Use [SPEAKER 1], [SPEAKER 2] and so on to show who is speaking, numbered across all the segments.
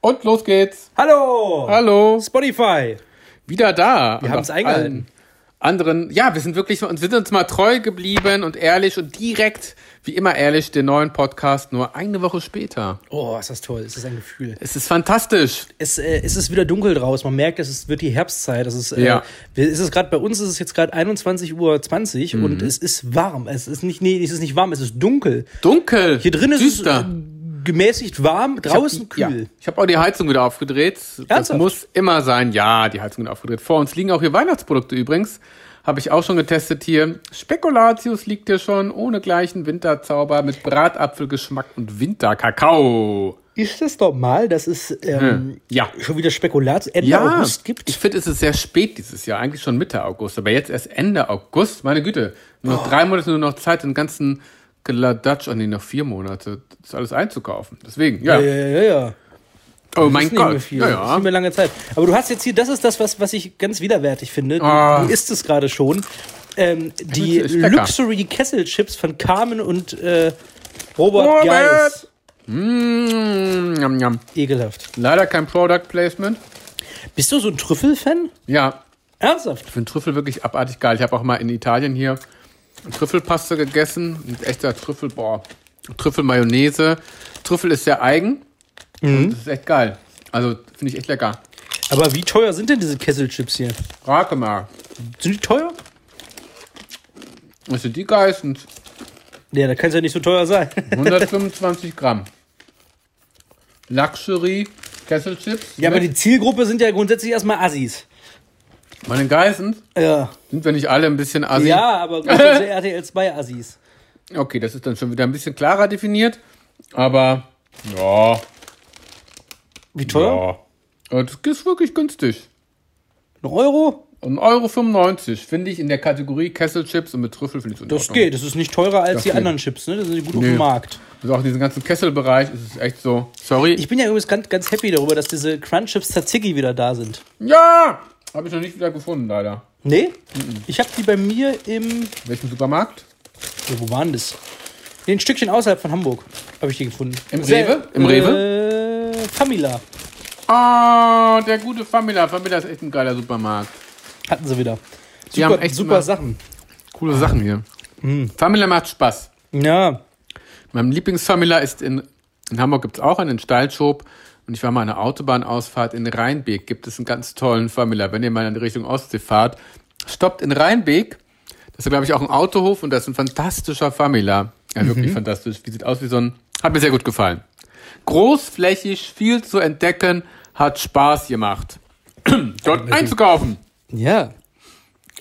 [SPEAKER 1] Und los geht's.
[SPEAKER 2] Hallo!
[SPEAKER 1] Hallo.
[SPEAKER 2] Spotify!
[SPEAKER 1] Wieder da.
[SPEAKER 2] Wir haben's
[SPEAKER 1] Nach
[SPEAKER 2] eingehalten.
[SPEAKER 1] allen Anderen, ja, wir sind wirklich und sind uns mal treu geblieben und ehrlich und direkt, wie immer ehrlich, den neuen Podcast nur eine Woche später.
[SPEAKER 2] Oh, ist das toll. Es ist ein Gefühl.
[SPEAKER 1] Es ist fantastisch.
[SPEAKER 2] Es, äh, es ist wieder dunkel draußen. Man merkt, es ist, wird die Herbstzeit. Es ist, äh,
[SPEAKER 1] Ja.
[SPEAKER 2] wir- es ist gerade bei uns ist es jetzt gerade 21.20 Uhr und es ist warm. Es ist nicht, nee, es ist nicht warm, es ist dunkel.
[SPEAKER 1] Dunkel.
[SPEAKER 2] Hier drin ist es
[SPEAKER 1] düster.
[SPEAKER 2] äh, gemäßigt warm, draußen
[SPEAKER 1] Ich hab-
[SPEAKER 2] kühl.
[SPEAKER 1] Ja, ich habe auch die Heizung wieder aufgedreht. Das
[SPEAKER 2] Ernsthaft?
[SPEAKER 1] muss immer sein. Ja, die Heizung wieder aufgedreht. Vor uns liegen auch hier Weihnachtsprodukte übrigens. Habe ich auch schon getestet hier. Spekulatius liegt hier schon, ohne gleichen Winterzauber, mit Bratapfelgeschmack und Winterkakao.
[SPEAKER 2] Ist das normal, dass es ähm,
[SPEAKER 1] Ja.
[SPEAKER 2] schon wieder Spekulat Ende
[SPEAKER 1] Ja,
[SPEAKER 2] August gibt?
[SPEAKER 1] ich finde, es ist sehr spät dieses Jahr, eigentlich schon Mitte August, aber jetzt erst Ende August. Meine Güte, nur
[SPEAKER 2] Oh.
[SPEAKER 1] noch drei Monate, nur noch Zeit, den ganzen Geladatsch, an nee, noch vier Monate, das alles einzukaufen. Deswegen, ja.
[SPEAKER 2] ja, ja, Äh, ja, ja.
[SPEAKER 1] oh mein
[SPEAKER 2] ist nicht mehr
[SPEAKER 1] Gott.
[SPEAKER 2] viel.
[SPEAKER 1] Ja,
[SPEAKER 2] Das ist
[SPEAKER 1] ja.
[SPEAKER 2] nicht mehr lange Zeit. Aber du hast jetzt hier, das ist das, was, was ich ganz widerwärtig finde. Du,
[SPEAKER 1] Ah.
[SPEAKER 2] du isst es gerade schon. Ähm, die
[SPEAKER 1] ist lecker.
[SPEAKER 2] Luxury Kessel Chips von Carmen und äh, Robert,
[SPEAKER 1] Robert!
[SPEAKER 2] Geis.
[SPEAKER 1] Mm, yum, yum.
[SPEAKER 2] Ekelhaft.
[SPEAKER 1] Leider kein Product Placement.
[SPEAKER 2] Bist du so ein Trüffel-Fan?
[SPEAKER 1] Ja,
[SPEAKER 2] Ernsthaft?
[SPEAKER 1] ich finde Trüffel wirklich abartig geil. Ich habe auch mal in Italien hier Trüffelpaste gegessen. Mit echter Trüffel, boah. Trüffelmayonnaise. Trüffel ist sehr eigen.
[SPEAKER 2] Mhm.
[SPEAKER 1] Und das ist echt geil. Also finde ich echt lecker.
[SPEAKER 2] Aber wie teuer sind denn diese Kesselchips hier?
[SPEAKER 1] Rate mal.
[SPEAKER 2] Sind die teuer?
[SPEAKER 1] Also die geil sind
[SPEAKER 2] Ja, da kann es ja nicht so teuer sein.
[SPEAKER 1] 125 Gramm. Luxury ne? Kesselchips.
[SPEAKER 2] ja, aber
[SPEAKER 1] mit-
[SPEAKER 2] die Zielgruppe sind ja grundsätzlich erstmal Assis.
[SPEAKER 1] Meine Geissens
[SPEAKER 2] Ja.
[SPEAKER 1] sind wir nicht alle ein bisschen assi?
[SPEAKER 2] Ja, aber grundsätzlich RTL 2 Assis.
[SPEAKER 1] Okay, das ist dann schon wieder ein bisschen klarer definiert. Aber ja,
[SPEAKER 2] Wie teuer?
[SPEAKER 1] ja. Ja, Das ist wirklich günstig.
[SPEAKER 2] Ein Euro?
[SPEAKER 1] 1,95 Euro finde ich in der Kategorie Kesselchips und mit Trüffel finde ich es in
[SPEAKER 2] Das
[SPEAKER 1] Ordnung.
[SPEAKER 2] geht. Das ist nicht teurer als die
[SPEAKER 1] geht.
[SPEAKER 2] anderen Chips. Ne? Das ist gut auf
[SPEAKER 1] Nee.
[SPEAKER 2] dem Markt.
[SPEAKER 1] Also auch diesen ganzen Kesselbereich ist es echt so. Sorry.
[SPEAKER 2] Ich bin ja übrigens ganz, ganz happy darüber, dass diese Crunchips Tzatziki wieder da sind.
[SPEAKER 1] ja! Habe ich noch nicht wieder gefunden, leider.
[SPEAKER 2] Nee? Ich habe die bei mir im.
[SPEAKER 1] Welchen Supermarkt?
[SPEAKER 2] Ja, wo waren das? Nee, ein Stückchen außerhalb von Hamburg habe ich die gefunden.
[SPEAKER 1] Im
[SPEAKER 2] Sehr-
[SPEAKER 1] Rewe? Im
[SPEAKER 2] Äh, Famila
[SPEAKER 1] Ah, der gute Famila. Famila ist echt ein geiler Supermarkt.
[SPEAKER 2] hatten sie wieder. Super,
[SPEAKER 1] haben echt immer-
[SPEAKER 2] super Sachen.
[SPEAKER 1] Coole Sachen hier. Famila macht Spaß.
[SPEAKER 2] Ja.
[SPEAKER 1] Mein Lieblingsfamila ist in, in Hamburg gibt es auch einen in Steilschob. Und ich war mal an einer Autobahnausfahrt in Rheinbeek. Gibt es einen ganz tollen Famila. Wenn ihr mal in Richtung Ostsee fahrt, stoppt in Rheinbeek. Das ist, glaube ich, auch ein Autohof und das ist ein fantastischer Famila. Ja, wirklich fantastisch. Wie sieht aus wie so ein. Hat mir sehr gut gefallen. Großflächig, viel zu entdecken, hat Spaß gemacht. Dort einzukaufen.
[SPEAKER 2] Ja.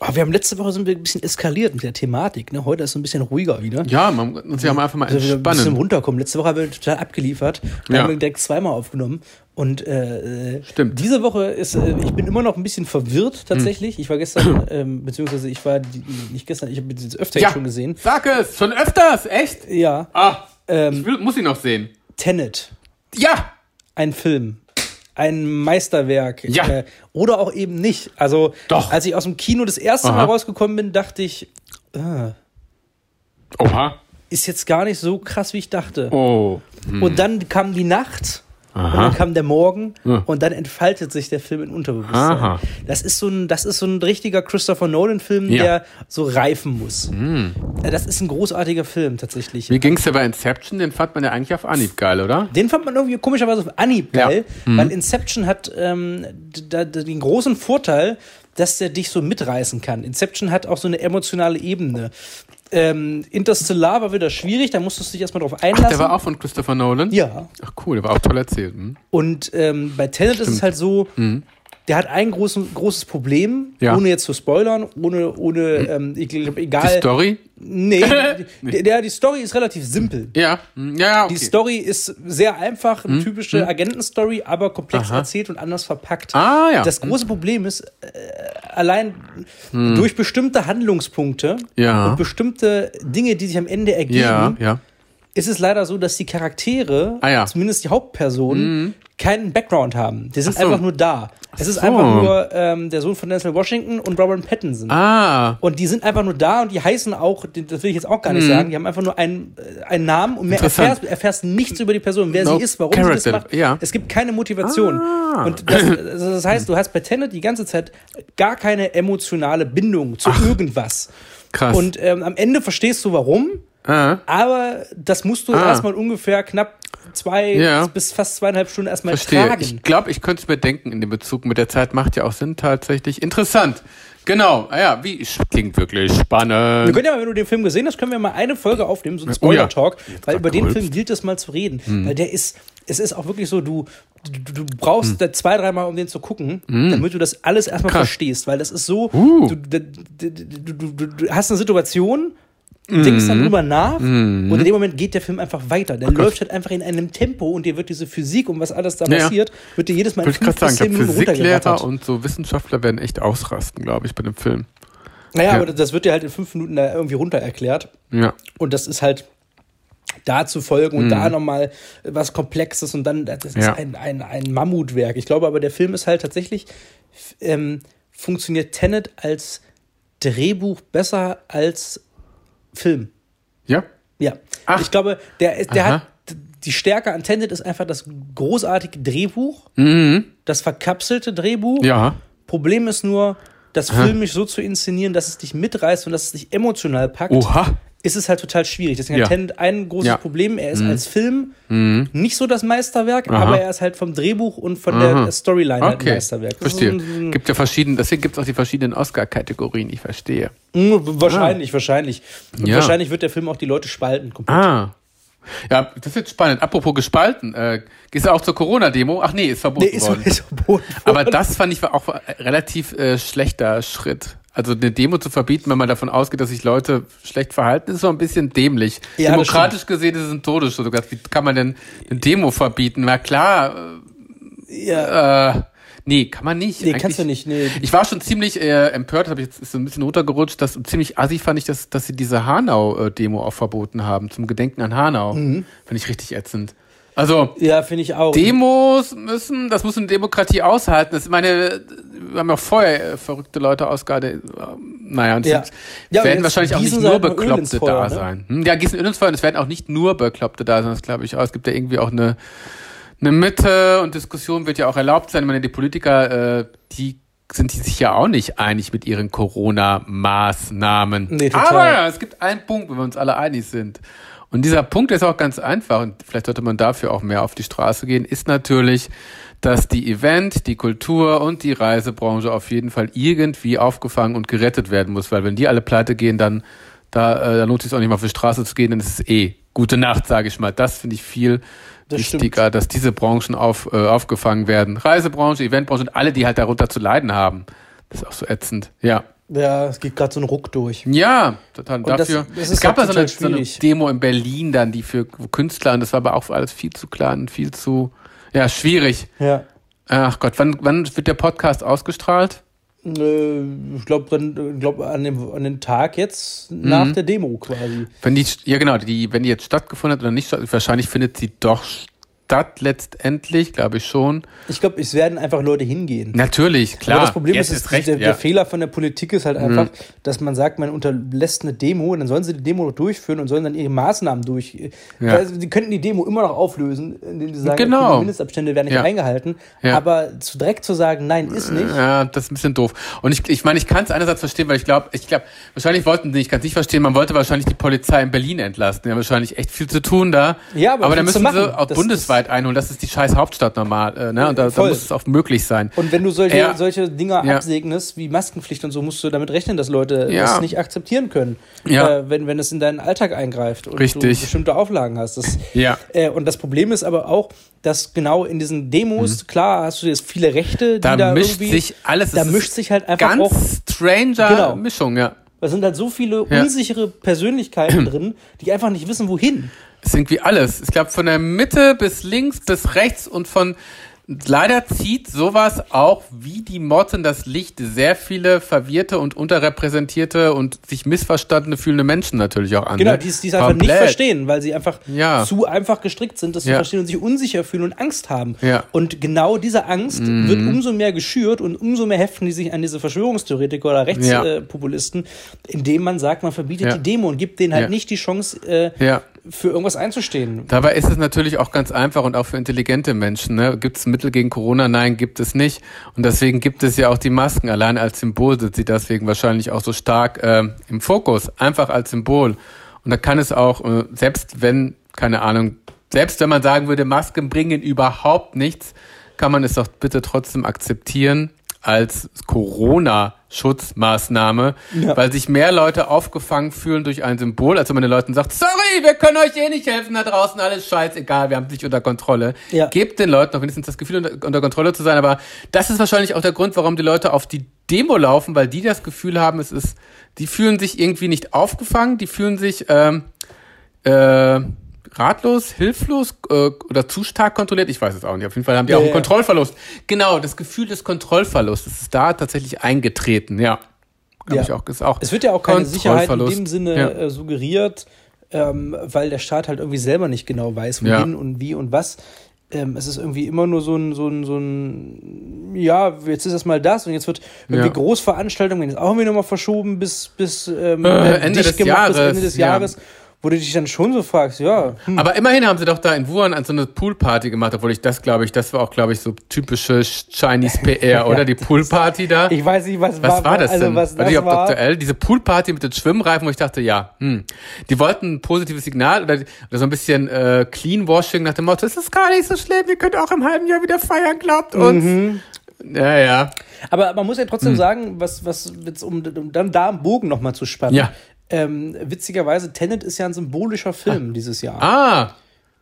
[SPEAKER 2] Aber Oh, wir haben letzte Woche sind wir ein bisschen eskaliert mit der Thematik. Ne? Heute ist es ein bisschen ruhiger wieder.
[SPEAKER 1] Ja, man muss sich auch mal einfach mal
[SPEAKER 2] Also wir ein bisschen
[SPEAKER 1] entspannen.
[SPEAKER 2] runterkommen. Letzte Woche haben wir total abgeliefert. Wir
[SPEAKER 1] Ja.
[SPEAKER 2] haben wir direkt zweimal aufgenommen. Und äh, äh,
[SPEAKER 1] Stimmt. Hm.
[SPEAKER 2] diese Woche ist, äh, ich bin immer noch ein bisschen verwirrt tatsächlich. Ich war gestern, ähm, beziehungsweise ich war die, nicht gestern, ich habe jetzt öfter
[SPEAKER 1] Ja,
[SPEAKER 2] jetzt schon gesehen.
[SPEAKER 1] sag es, schon öfters, echt?
[SPEAKER 2] Ja,
[SPEAKER 1] Ah,
[SPEAKER 2] Ähm.
[SPEAKER 1] ich will, muss ihn noch sehen.
[SPEAKER 2] Tenet,
[SPEAKER 1] Ja,
[SPEAKER 2] ein Film. Ein Meisterwerk.
[SPEAKER 1] Ja.
[SPEAKER 2] Äh, oder auch eben nicht. Also,
[SPEAKER 1] Doch.
[SPEAKER 2] als ich aus dem Kino das erste Mal
[SPEAKER 1] Aha.
[SPEAKER 2] rausgekommen bin, dachte ich, äh,
[SPEAKER 1] Oha.
[SPEAKER 2] ist jetzt gar nicht so krass, wie ich dachte.
[SPEAKER 1] Oh.
[SPEAKER 2] Und dann kam die Nacht. Und dann kam der Morgen und dann entfaltet sich der Film in Unterbewusstsein.
[SPEAKER 1] Aha.
[SPEAKER 2] Das ist so ein, das ist so ein richtiger Christopher
[SPEAKER 1] Ja.
[SPEAKER 2] Nolan-Film,
[SPEAKER 1] Hm.
[SPEAKER 2] der so reifen muss. Äh, Das ist ein großartiger Film tatsächlich.
[SPEAKER 1] Wie ging's dir bei Inception? Den fand man ja eigentlich auf Anhieb geil, oder?
[SPEAKER 2] Den fand man irgendwie komischerweise auf Anhieb
[SPEAKER 1] Ja. Hm.
[SPEAKER 2] geil, weil Inception hat ähm, d- da, da, den großen Vorteil, dass der dich so mitreißen kann. Inception hat auch so eine emotionale Ebene. Ähm, Interstellar war wieder schwierig, da musstest du dich erstmal drauf einlassen.
[SPEAKER 1] Ach, der war auch von Christopher Nolan?
[SPEAKER 2] ja.
[SPEAKER 1] Ach cool, der war auch toll erzählt. Hm?
[SPEAKER 2] Und ähm, bei Tenet ist es halt so, der hat ein großen, großes Problem,
[SPEAKER 1] Mhm. Ja. Mhm.
[SPEAKER 2] ohne jetzt zu spoilern, ohne, ohne ähm, ich glaub,
[SPEAKER 1] Die
[SPEAKER 2] egal.
[SPEAKER 1] Story?
[SPEAKER 2] Nee, die, der, die Story ist relativ simpel.
[SPEAKER 1] Ja. Hm, Ja, ja, okay. Mhm.
[SPEAKER 2] Die Story ist sehr einfach, eine typische Agentenstory, aber komplex erzählt und anders verpackt.
[SPEAKER 1] Ah, ja.
[SPEAKER 2] Das große Problem ist, äh, allein durch bestimmte Handlungspunkte
[SPEAKER 1] Mhm. Ja.
[SPEAKER 2] und bestimmte Dinge, die sich am Ende ergeben,
[SPEAKER 1] ja, ja.
[SPEAKER 2] ist es leider so, dass die Charaktere,
[SPEAKER 1] Ah, ja. Mhm.
[SPEAKER 2] zumindest die Hauptpersonen, keinen Background haben. Die sind
[SPEAKER 1] Ach so.
[SPEAKER 2] einfach nur da. Es ist
[SPEAKER 1] so.
[SPEAKER 2] einfach nur ähm, der Sohn von Denzel Washington und Robert Pattinson.
[SPEAKER 1] Ah,
[SPEAKER 2] Und die sind einfach nur da und die heißen auch, die- das will ich jetzt auch gar nicht sagen, die haben einfach nur einen, äh, einen Namen und mehr
[SPEAKER 1] Mhm. Interessant.
[SPEAKER 2] erfährst, erfährst nichts über die Person, wer
[SPEAKER 1] No
[SPEAKER 2] sie ist, warum sie
[SPEAKER 1] character,
[SPEAKER 2] das macht.
[SPEAKER 1] ja.
[SPEAKER 2] Es gibt keine Motivation.
[SPEAKER 1] Ah.
[SPEAKER 2] Und das, also das heißt, du hast bei Tenet die ganze Zeit gar keine emotionale Bindung zu irgendwas.
[SPEAKER 1] krass.
[SPEAKER 2] Und ähm, am Ende verstehst du warum,
[SPEAKER 1] ah.
[SPEAKER 2] aber das musst du
[SPEAKER 1] Ah.
[SPEAKER 2] erstmal ungefähr knapp zwei
[SPEAKER 1] Ja.
[SPEAKER 2] bis fast zweieinhalb Stunden erstmal
[SPEAKER 1] Verstehe.
[SPEAKER 2] tragen.
[SPEAKER 1] Ich glaube, ich könnte es mir denken in dem Bezug mit der Zeit. Macht ja auch Sinn tatsächlich. Interessant. Genau. Ah ja, wie klingt wirklich
[SPEAKER 2] Wir
[SPEAKER 1] spannend.
[SPEAKER 2] können ja mal, wenn du den Film gesehen hast, können wir mal eine Folge aufnehmen, so einen
[SPEAKER 1] Oh ja. Hm.
[SPEAKER 2] Spoiler-Talk, weil über den
[SPEAKER 1] geholfen.
[SPEAKER 2] Film gilt es mal zu reden. Weil der ist, es ist auch wirklich so, du, du, du brauchst da zwei, dreimal, um den zu gucken, damit du das alles erstmal
[SPEAKER 1] Hm. Krass.
[SPEAKER 2] verstehst, weil das ist so,
[SPEAKER 1] Uh.
[SPEAKER 2] du, du, du, du, du, du, du hast eine Situation, denkst
[SPEAKER 1] Hm.
[SPEAKER 2] dann drüber nach und in dem Moment geht der Film einfach weiter.
[SPEAKER 1] Oh
[SPEAKER 2] Der läuft halt einfach in einem Tempo und dir wird diese Physik und was alles da
[SPEAKER 1] Ja, ja.
[SPEAKER 2] passiert, wird dir jedes Mal in
[SPEAKER 1] Würde ich
[SPEAKER 2] fünf
[SPEAKER 1] gerade sagen,
[SPEAKER 2] bis
[SPEAKER 1] ich
[SPEAKER 2] zehn
[SPEAKER 1] glaube,
[SPEAKER 2] Minuten runtergerattert.
[SPEAKER 1] Physiklehrer und so Wissenschaftler werden echt ausrasten, glaube ich, bei dem Film.
[SPEAKER 2] Naja,
[SPEAKER 1] Ja.
[SPEAKER 2] aber das wird dir halt in fünf Minuten da irgendwie runter erklärt.
[SPEAKER 1] Ja.
[SPEAKER 2] Und das ist halt da zu folgen und da nochmal was Komplexes und dann, das ist
[SPEAKER 1] Mhm. Ja.
[SPEAKER 2] ein, ein, ein Mammutwerk. Ich glaube aber, der Film ist halt tatsächlich, f- ähm, funktioniert Tenet als Drehbuch besser als Film.
[SPEAKER 1] Ja.
[SPEAKER 2] Ja.
[SPEAKER 1] Ach.
[SPEAKER 2] Ich glaube, der, ist- der
[SPEAKER 1] Aha.
[SPEAKER 2] hat, die Stärke an Tenet ist einfach das großartige Drehbuch, das verkapselte Drehbuch.
[SPEAKER 1] Ja.
[SPEAKER 2] Problem ist nur, das filmisch so zu inszenieren, dass es dich mitreißt und dass es dich emotional packt
[SPEAKER 1] Oha.
[SPEAKER 2] ist es halt total schwierig. Deswegen hat
[SPEAKER 1] Ja.
[SPEAKER 2] Tenet ein großes
[SPEAKER 1] Ja. Mhm.
[SPEAKER 2] Problem. Er ist als Film nicht so das Meisterwerk,
[SPEAKER 1] Aha. Mhm.
[SPEAKER 2] aber er ist halt vom Drehbuch und von der Storyline halt ein
[SPEAKER 1] Okay.
[SPEAKER 2] Meisterwerk. Das ist
[SPEAKER 1] Verstehe.
[SPEAKER 2] so ein-
[SPEAKER 1] Gibt ja verschiedene, deswegen gibt es auch die verschiedenen Oscar-Kategorien. Ich verstehe.
[SPEAKER 2] Mm, wahrscheinlich, wahrscheinlich. Und
[SPEAKER 1] Ah. Ja.
[SPEAKER 2] wahrscheinlich wird der Film auch die Leute spalten. Komplett.
[SPEAKER 1] Ah. Ja, das wird spannend. Apropos gespalten. Äh, gehst du auch zur Corona-Demo? Ach nee, ist verboten
[SPEAKER 2] Nee, ist,
[SPEAKER 1] Ah. worden.
[SPEAKER 2] ist verboten.
[SPEAKER 1] Aber das fand ich war auch ein relativ äh, schlechter Schritt. Also eine Demo zu verbieten, wenn man davon ausgeht, dass sich Leute schlecht verhalten, ist so ein bisschen dämlich.
[SPEAKER 2] Ja, das
[SPEAKER 1] Demokratisch gesehen ist es ein Todesschutz. Wie kann man denn eine Demo verbieten? Na klar,
[SPEAKER 2] ja,
[SPEAKER 1] äh, nee, kann man nicht.
[SPEAKER 2] nee, kannst du
[SPEAKER 1] Eigentlich-
[SPEAKER 2] nicht. Nee.
[SPEAKER 1] ich war schon ziemlich äh, empört, habe ich jetzt ist so ein bisschen runtergerutscht, dass ziemlich assi fand ich, dass, dass sie diese Hanau-Demo auch verboten haben, zum Gedenken an Hanau.
[SPEAKER 2] Mhm.
[SPEAKER 1] Finde ich richtig ätzend. Also,
[SPEAKER 2] Ja, finde ich auch.
[SPEAKER 1] Demos müssen, das muss eine Demokratie aushalten. Das, ich meine, wir haben auch vorher äh, verrückte Leute ausgehalten. Ähm, Naja, und
[SPEAKER 2] Ja.
[SPEAKER 1] es
[SPEAKER 2] Ja, und
[SPEAKER 1] werden
[SPEAKER 2] jetzt
[SPEAKER 1] wahrscheinlich auch
[SPEAKER 2] gießen
[SPEAKER 1] nicht
[SPEAKER 2] sie
[SPEAKER 1] nur
[SPEAKER 2] halt mal Öl ins
[SPEAKER 1] Bekloppte
[SPEAKER 2] Feuer,
[SPEAKER 1] da
[SPEAKER 2] ne?
[SPEAKER 1] sein. Hm, ja, gießen Öl ins Feuer und es werden auch nicht nur Bekloppte da sein, das glaube ich auch. Es gibt ja irgendwie auch eine, eine Mitte und Diskussion wird ja auch erlaubt sein. Ich meine, die Politiker, äh, die sind die sich ja auch nicht einig mit ihren Corona-Maßnahmen.
[SPEAKER 2] Nee, total.
[SPEAKER 1] Aber es gibt einen Punkt, wenn wir uns alle einig sind. Und dieser Punkt ist auch ganz einfach und vielleicht sollte man dafür auch mehr auf die Straße gehen, ist natürlich, dass die Event, die Kultur und die Reisebranche auf jeden Fall irgendwie aufgefangen und gerettet werden muss, weil wenn die alle pleite gehen, dann da, äh, da lohnt es sich auch nicht mal auf die Straße zu gehen, dann ist es eh gute Nacht, sage ich mal. Das finde ich viel
[SPEAKER 2] Das stimmt.
[SPEAKER 1] wichtiger, dass diese Branchen auf, äh, aufgefangen werden. Reisebranche, Eventbranche und alle, die halt darunter zu leiden haben. Das ist auch so ätzend. Ja.
[SPEAKER 2] Ja, es geht gerade so ein Ruck durch.
[SPEAKER 1] Ja, total.
[SPEAKER 2] das-
[SPEAKER 1] Dafür.
[SPEAKER 2] das ist
[SPEAKER 1] es gab
[SPEAKER 2] halt
[SPEAKER 1] ja so eine,
[SPEAKER 2] total
[SPEAKER 1] so eine
[SPEAKER 2] schwierig.
[SPEAKER 1] Demo in Berlin dann, die für Künstler, und das war aber auch für alles viel zu klein, und viel zu, ja, schwierig.
[SPEAKER 2] Ja.
[SPEAKER 1] Ach Gott, wann, wann wird der Podcast ausgestrahlt?
[SPEAKER 2] Äh, Ich glaube, glaub, an, dem, an den Tag jetzt
[SPEAKER 1] Mhm.
[SPEAKER 2] nach der Demo quasi.
[SPEAKER 1] Wenn die, ja genau, die, wenn die jetzt stattgefunden hat oder nicht stattgefunden, wahrscheinlich findet sie doch statt letztendlich, glaube ich schon.
[SPEAKER 2] Ich glaube, es werden einfach Leute hingehen.
[SPEAKER 1] Natürlich, klar.
[SPEAKER 2] Aber das Problem
[SPEAKER 1] Jetzt
[SPEAKER 2] ist, ist der, der
[SPEAKER 1] ja. Mhm.
[SPEAKER 2] Fehler von der Politik ist halt einfach, dass man sagt, man unterlässt eine Demo und dann sollen sie die Demo noch durchführen und sollen dann ihre Maßnahmen durch.
[SPEAKER 1] Ja.
[SPEAKER 2] Also, die könnten die Demo immer noch auflösen, indem sie sagen,
[SPEAKER 1] Genau.
[SPEAKER 2] okay, die Mindestabstände werden nicht
[SPEAKER 1] Ja.
[SPEAKER 2] eingehalten.
[SPEAKER 1] Ja. Äh.
[SPEAKER 2] Aber zu direkt zu sagen, nein, ist nicht.
[SPEAKER 1] Ja, das ist ein bisschen doof. Und ich, ich meine, ich kann es einerseits verstehen, weil ich glaube, ich glaube, wahrscheinlich wollten sie, ich kann es nicht verstehen, man wollte wahrscheinlich die Polizei in Berlin entlasten. Die haben wahrscheinlich echt viel zu tun da.
[SPEAKER 2] Ja, aber
[SPEAKER 1] aber da
[SPEAKER 2] viel zu
[SPEAKER 1] müssen sie
[SPEAKER 2] machen.
[SPEAKER 1] auch
[SPEAKER 2] Das-
[SPEAKER 1] bundesweit einholen. Das ist die scheiß Hauptstadt normal. Äh, ne? Und da, da
[SPEAKER 2] Voll.
[SPEAKER 1] muss es auch möglich sein.
[SPEAKER 2] Und wenn du solche,
[SPEAKER 1] Ja.
[SPEAKER 2] solche Dinger
[SPEAKER 1] Ja.
[SPEAKER 2] absegnest, wie Maskenpflicht und so, musst du damit rechnen, dass Leute
[SPEAKER 1] Ja.
[SPEAKER 2] das nicht akzeptieren können.
[SPEAKER 1] Ja.
[SPEAKER 2] Äh, wenn, wenn es in deinen Alltag eingreift und
[SPEAKER 1] Richtig.
[SPEAKER 2] du bestimmte Auflagen hast. Das,
[SPEAKER 1] Ja.
[SPEAKER 2] äh, und das Problem ist aber auch, dass genau in diesen Demos, klar, hast du jetzt viele Rechte, die
[SPEAKER 1] Mhm. da,
[SPEAKER 2] da,
[SPEAKER 1] mischt
[SPEAKER 2] irgendwie.
[SPEAKER 1] sich alles.
[SPEAKER 2] da
[SPEAKER 1] Es ist
[SPEAKER 2] mischt sich halt einfach
[SPEAKER 1] ganz
[SPEAKER 2] auch-
[SPEAKER 1] stranger
[SPEAKER 2] Genau.
[SPEAKER 1] Mischung, ja.
[SPEAKER 2] da sind halt so viele
[SPEAKER 1] Ja.
[SPEAKER 2] unsichere Persönlichkeiten drin, die einfach nicht wissen, wohin.
[SPEAKER 1] Es ist irgendwie alles. Ich glaube, von der Mitte bis links bis rechts und von Leider zieht sowas auch wie die Motten das Licht sehr viele verwirrte und unterrepräsentierte und sich missverstandene fühlende Menschen natürlich auch an.
[SPEAKER 2] Genau,
[SPEAKER 1] ne?
[SPEAKER 2] die es die es einfach nicht
[SPEAKER 1] Komplett.
[SPEAKER 2] verstehen, weil sie einfach
[SPEAKER 1] Ja.
[SPEAKER 2] zu einfach gestrickt sind, das zu
[SPEAKER 1] Ja.
[SPEAKER 2] verstehen und sich unsicher fühlen und Angst haben.
[SPEAKER 1] Ja. Mhm.
[SPEAKER 2] Und genau diese Angst wird umso mehr geschürt und umso mehr heften die sich an diese Verschwörungstheoretiker oder
[SPEAKER 1] Ja.
[SPEAKER 2] Rechtspopulisten, indem man sagt, man verbietet
[SPEAKER 1] Ja.
[SPEAKER 2] die Demo und gibt denen halt
[SPEAKER 1] Ja.
[SPEAKER 2] nicht die Chance, äh,
[SPEAKER 1] Ja.
[SPEAKER 2] für irgendwas einzustehen.
[SPEAKER 1] Dabei ist es natürlich auch ganz einfach und auch für intelligente Menschen. Ne? Gibt es Mittel gegen Corona? Nein, gibt es nicht. Und deswegen gibt es ja auch die Masken. Allein als Symbol sind sie deswegen wahrscheinlich auch so stark ähm, im Fokus. Einfach als Symbol. Und da kann es auch, äh, selbst wenn, keine Ahnung, selbst wenn man sagen würde, Masken bringen überhaupt nichts, kann man es doch bitte trotzdem akzeptieren als Corona-Schutzmaßnahme,
[SPEAKER 2] Ja.
[SPEAKER 1] weil sich mehr Leute aufgefangen fühlen durch ein Symbol, als wenn man den Leuten sagt, sorry, wir können euch eh nicht helfen da draußen, alles scheißegal, wir haben es nicht unter Kontrolle.
[SPEAKER 2] Ja.
[SPEAKER 1] Gebt den Leuten noch wenigstens das Gefühl, unter, unter Kontrolle zu sein, aber das ist wahrscheinlich auch der Grund, warum die Leute auf die Demo laufen, weil die das Gefühl haben, es ist, die fühlen sich irgendwie nicht aufgefangen, die fühlen sich, ähm, äh, ratlos, hilflos äh, oder zu stark kontrolliert. Ich weiß es auch nicht. Auf jeden Fall haben die auch
[SPEAKER 2] Ja,
[SPEAKER 1] einen
[SPEAKER 2] ja.
[SPEAKER 1] Kontrollverlust. Genau, das Gefühl des Kontrollverlustes ist da tatsächlich eingetreten. Ja, Hab
[SPEAKER 2] Ja.
[SPEAKER 1] ich auch, ist auch.
[SPEAKER 2] Es wird ja auch keine Sicherheit in
[SPEAKER 1] Kontrollverlust.
[SPEAKER 2] dem Sinne
[SPEAKER 1] Ja.
[SPEAKER 2] äh, suggeriert, ähm, weil der Staat halt irgendwie selber nicht genau weiß,
[SPEAKER 1] Ja.
[SPEAKER 2] wohin und wie und was. Ähm, es ist irgendwie immer nur so ein, so ein, so ein, ja, jetzt ist erstmal das und jetzt wird irgendwie
[SPEAKER 1] Ja.
[SPEAKER 2] Großveranstaltungen jetzt auch irgendwie nochmal verschoben bis, bis ähm,
[SPEAKER 1] Äh, Ende
[SPEAKER 2] dicht
[SPEAKER 1] des
[SPEAKER 2] gemacht
[SPEAKER 1] Jahres,
[SPEAKER 2] bis Ende des
[SPEAKER 1] ja.
[SPEAKER 2] Jahres, wo du dich dann schon so fragst, ja, hm,
[SPEAKER 1] Aber immerhin haben sie doch da in Wuhan an so eine Poolparty gemacht, obwohl ich das glaube ich, das war auch glaube ich so typische Chinese PR, oder die Poolparty da.
[SPEAKER 2] ich weiß nicht, was,
[SPEAKER 1] Was war, das
[SPEAKER 2] also
[SPEAKER 1] denn?
[SPEAKER 2] was
[SPEAKER 1] war
[SPEAKER 2] das
[SPEAKER 1] die auch
[SPEAKER 2] war.
[SPEAKER 1] aktuell? Diese Poolparty mit den Schwimmreifen, wo ich dachte, ja, hm. Die wollten ein positives Signal oder, oder so ein bisschen äh, Cleanwashing nach dem Motto, es ist gar nicht so schlimm, ihr könnt auch im halben Jahr wieder feiern, glaubt uns.
[SPEAKER 2] Mhm.
[SPEAKER 1] Ja, ja.
[SPEAKER 2] Aber man muss ja
[SPEAKER 1] Hm.
[SPEAKER 2] trotzdem sagen, was, was jetzt, um, um dann da im Bogen nochmal zu spannen.
[SPEAKER 1] Ja.
[SPEAKER 2] Ähm, witzigerweise, Tenet ist ja ein symbolischer Film dieses Jahr.
[SPEAKER 1] Ah,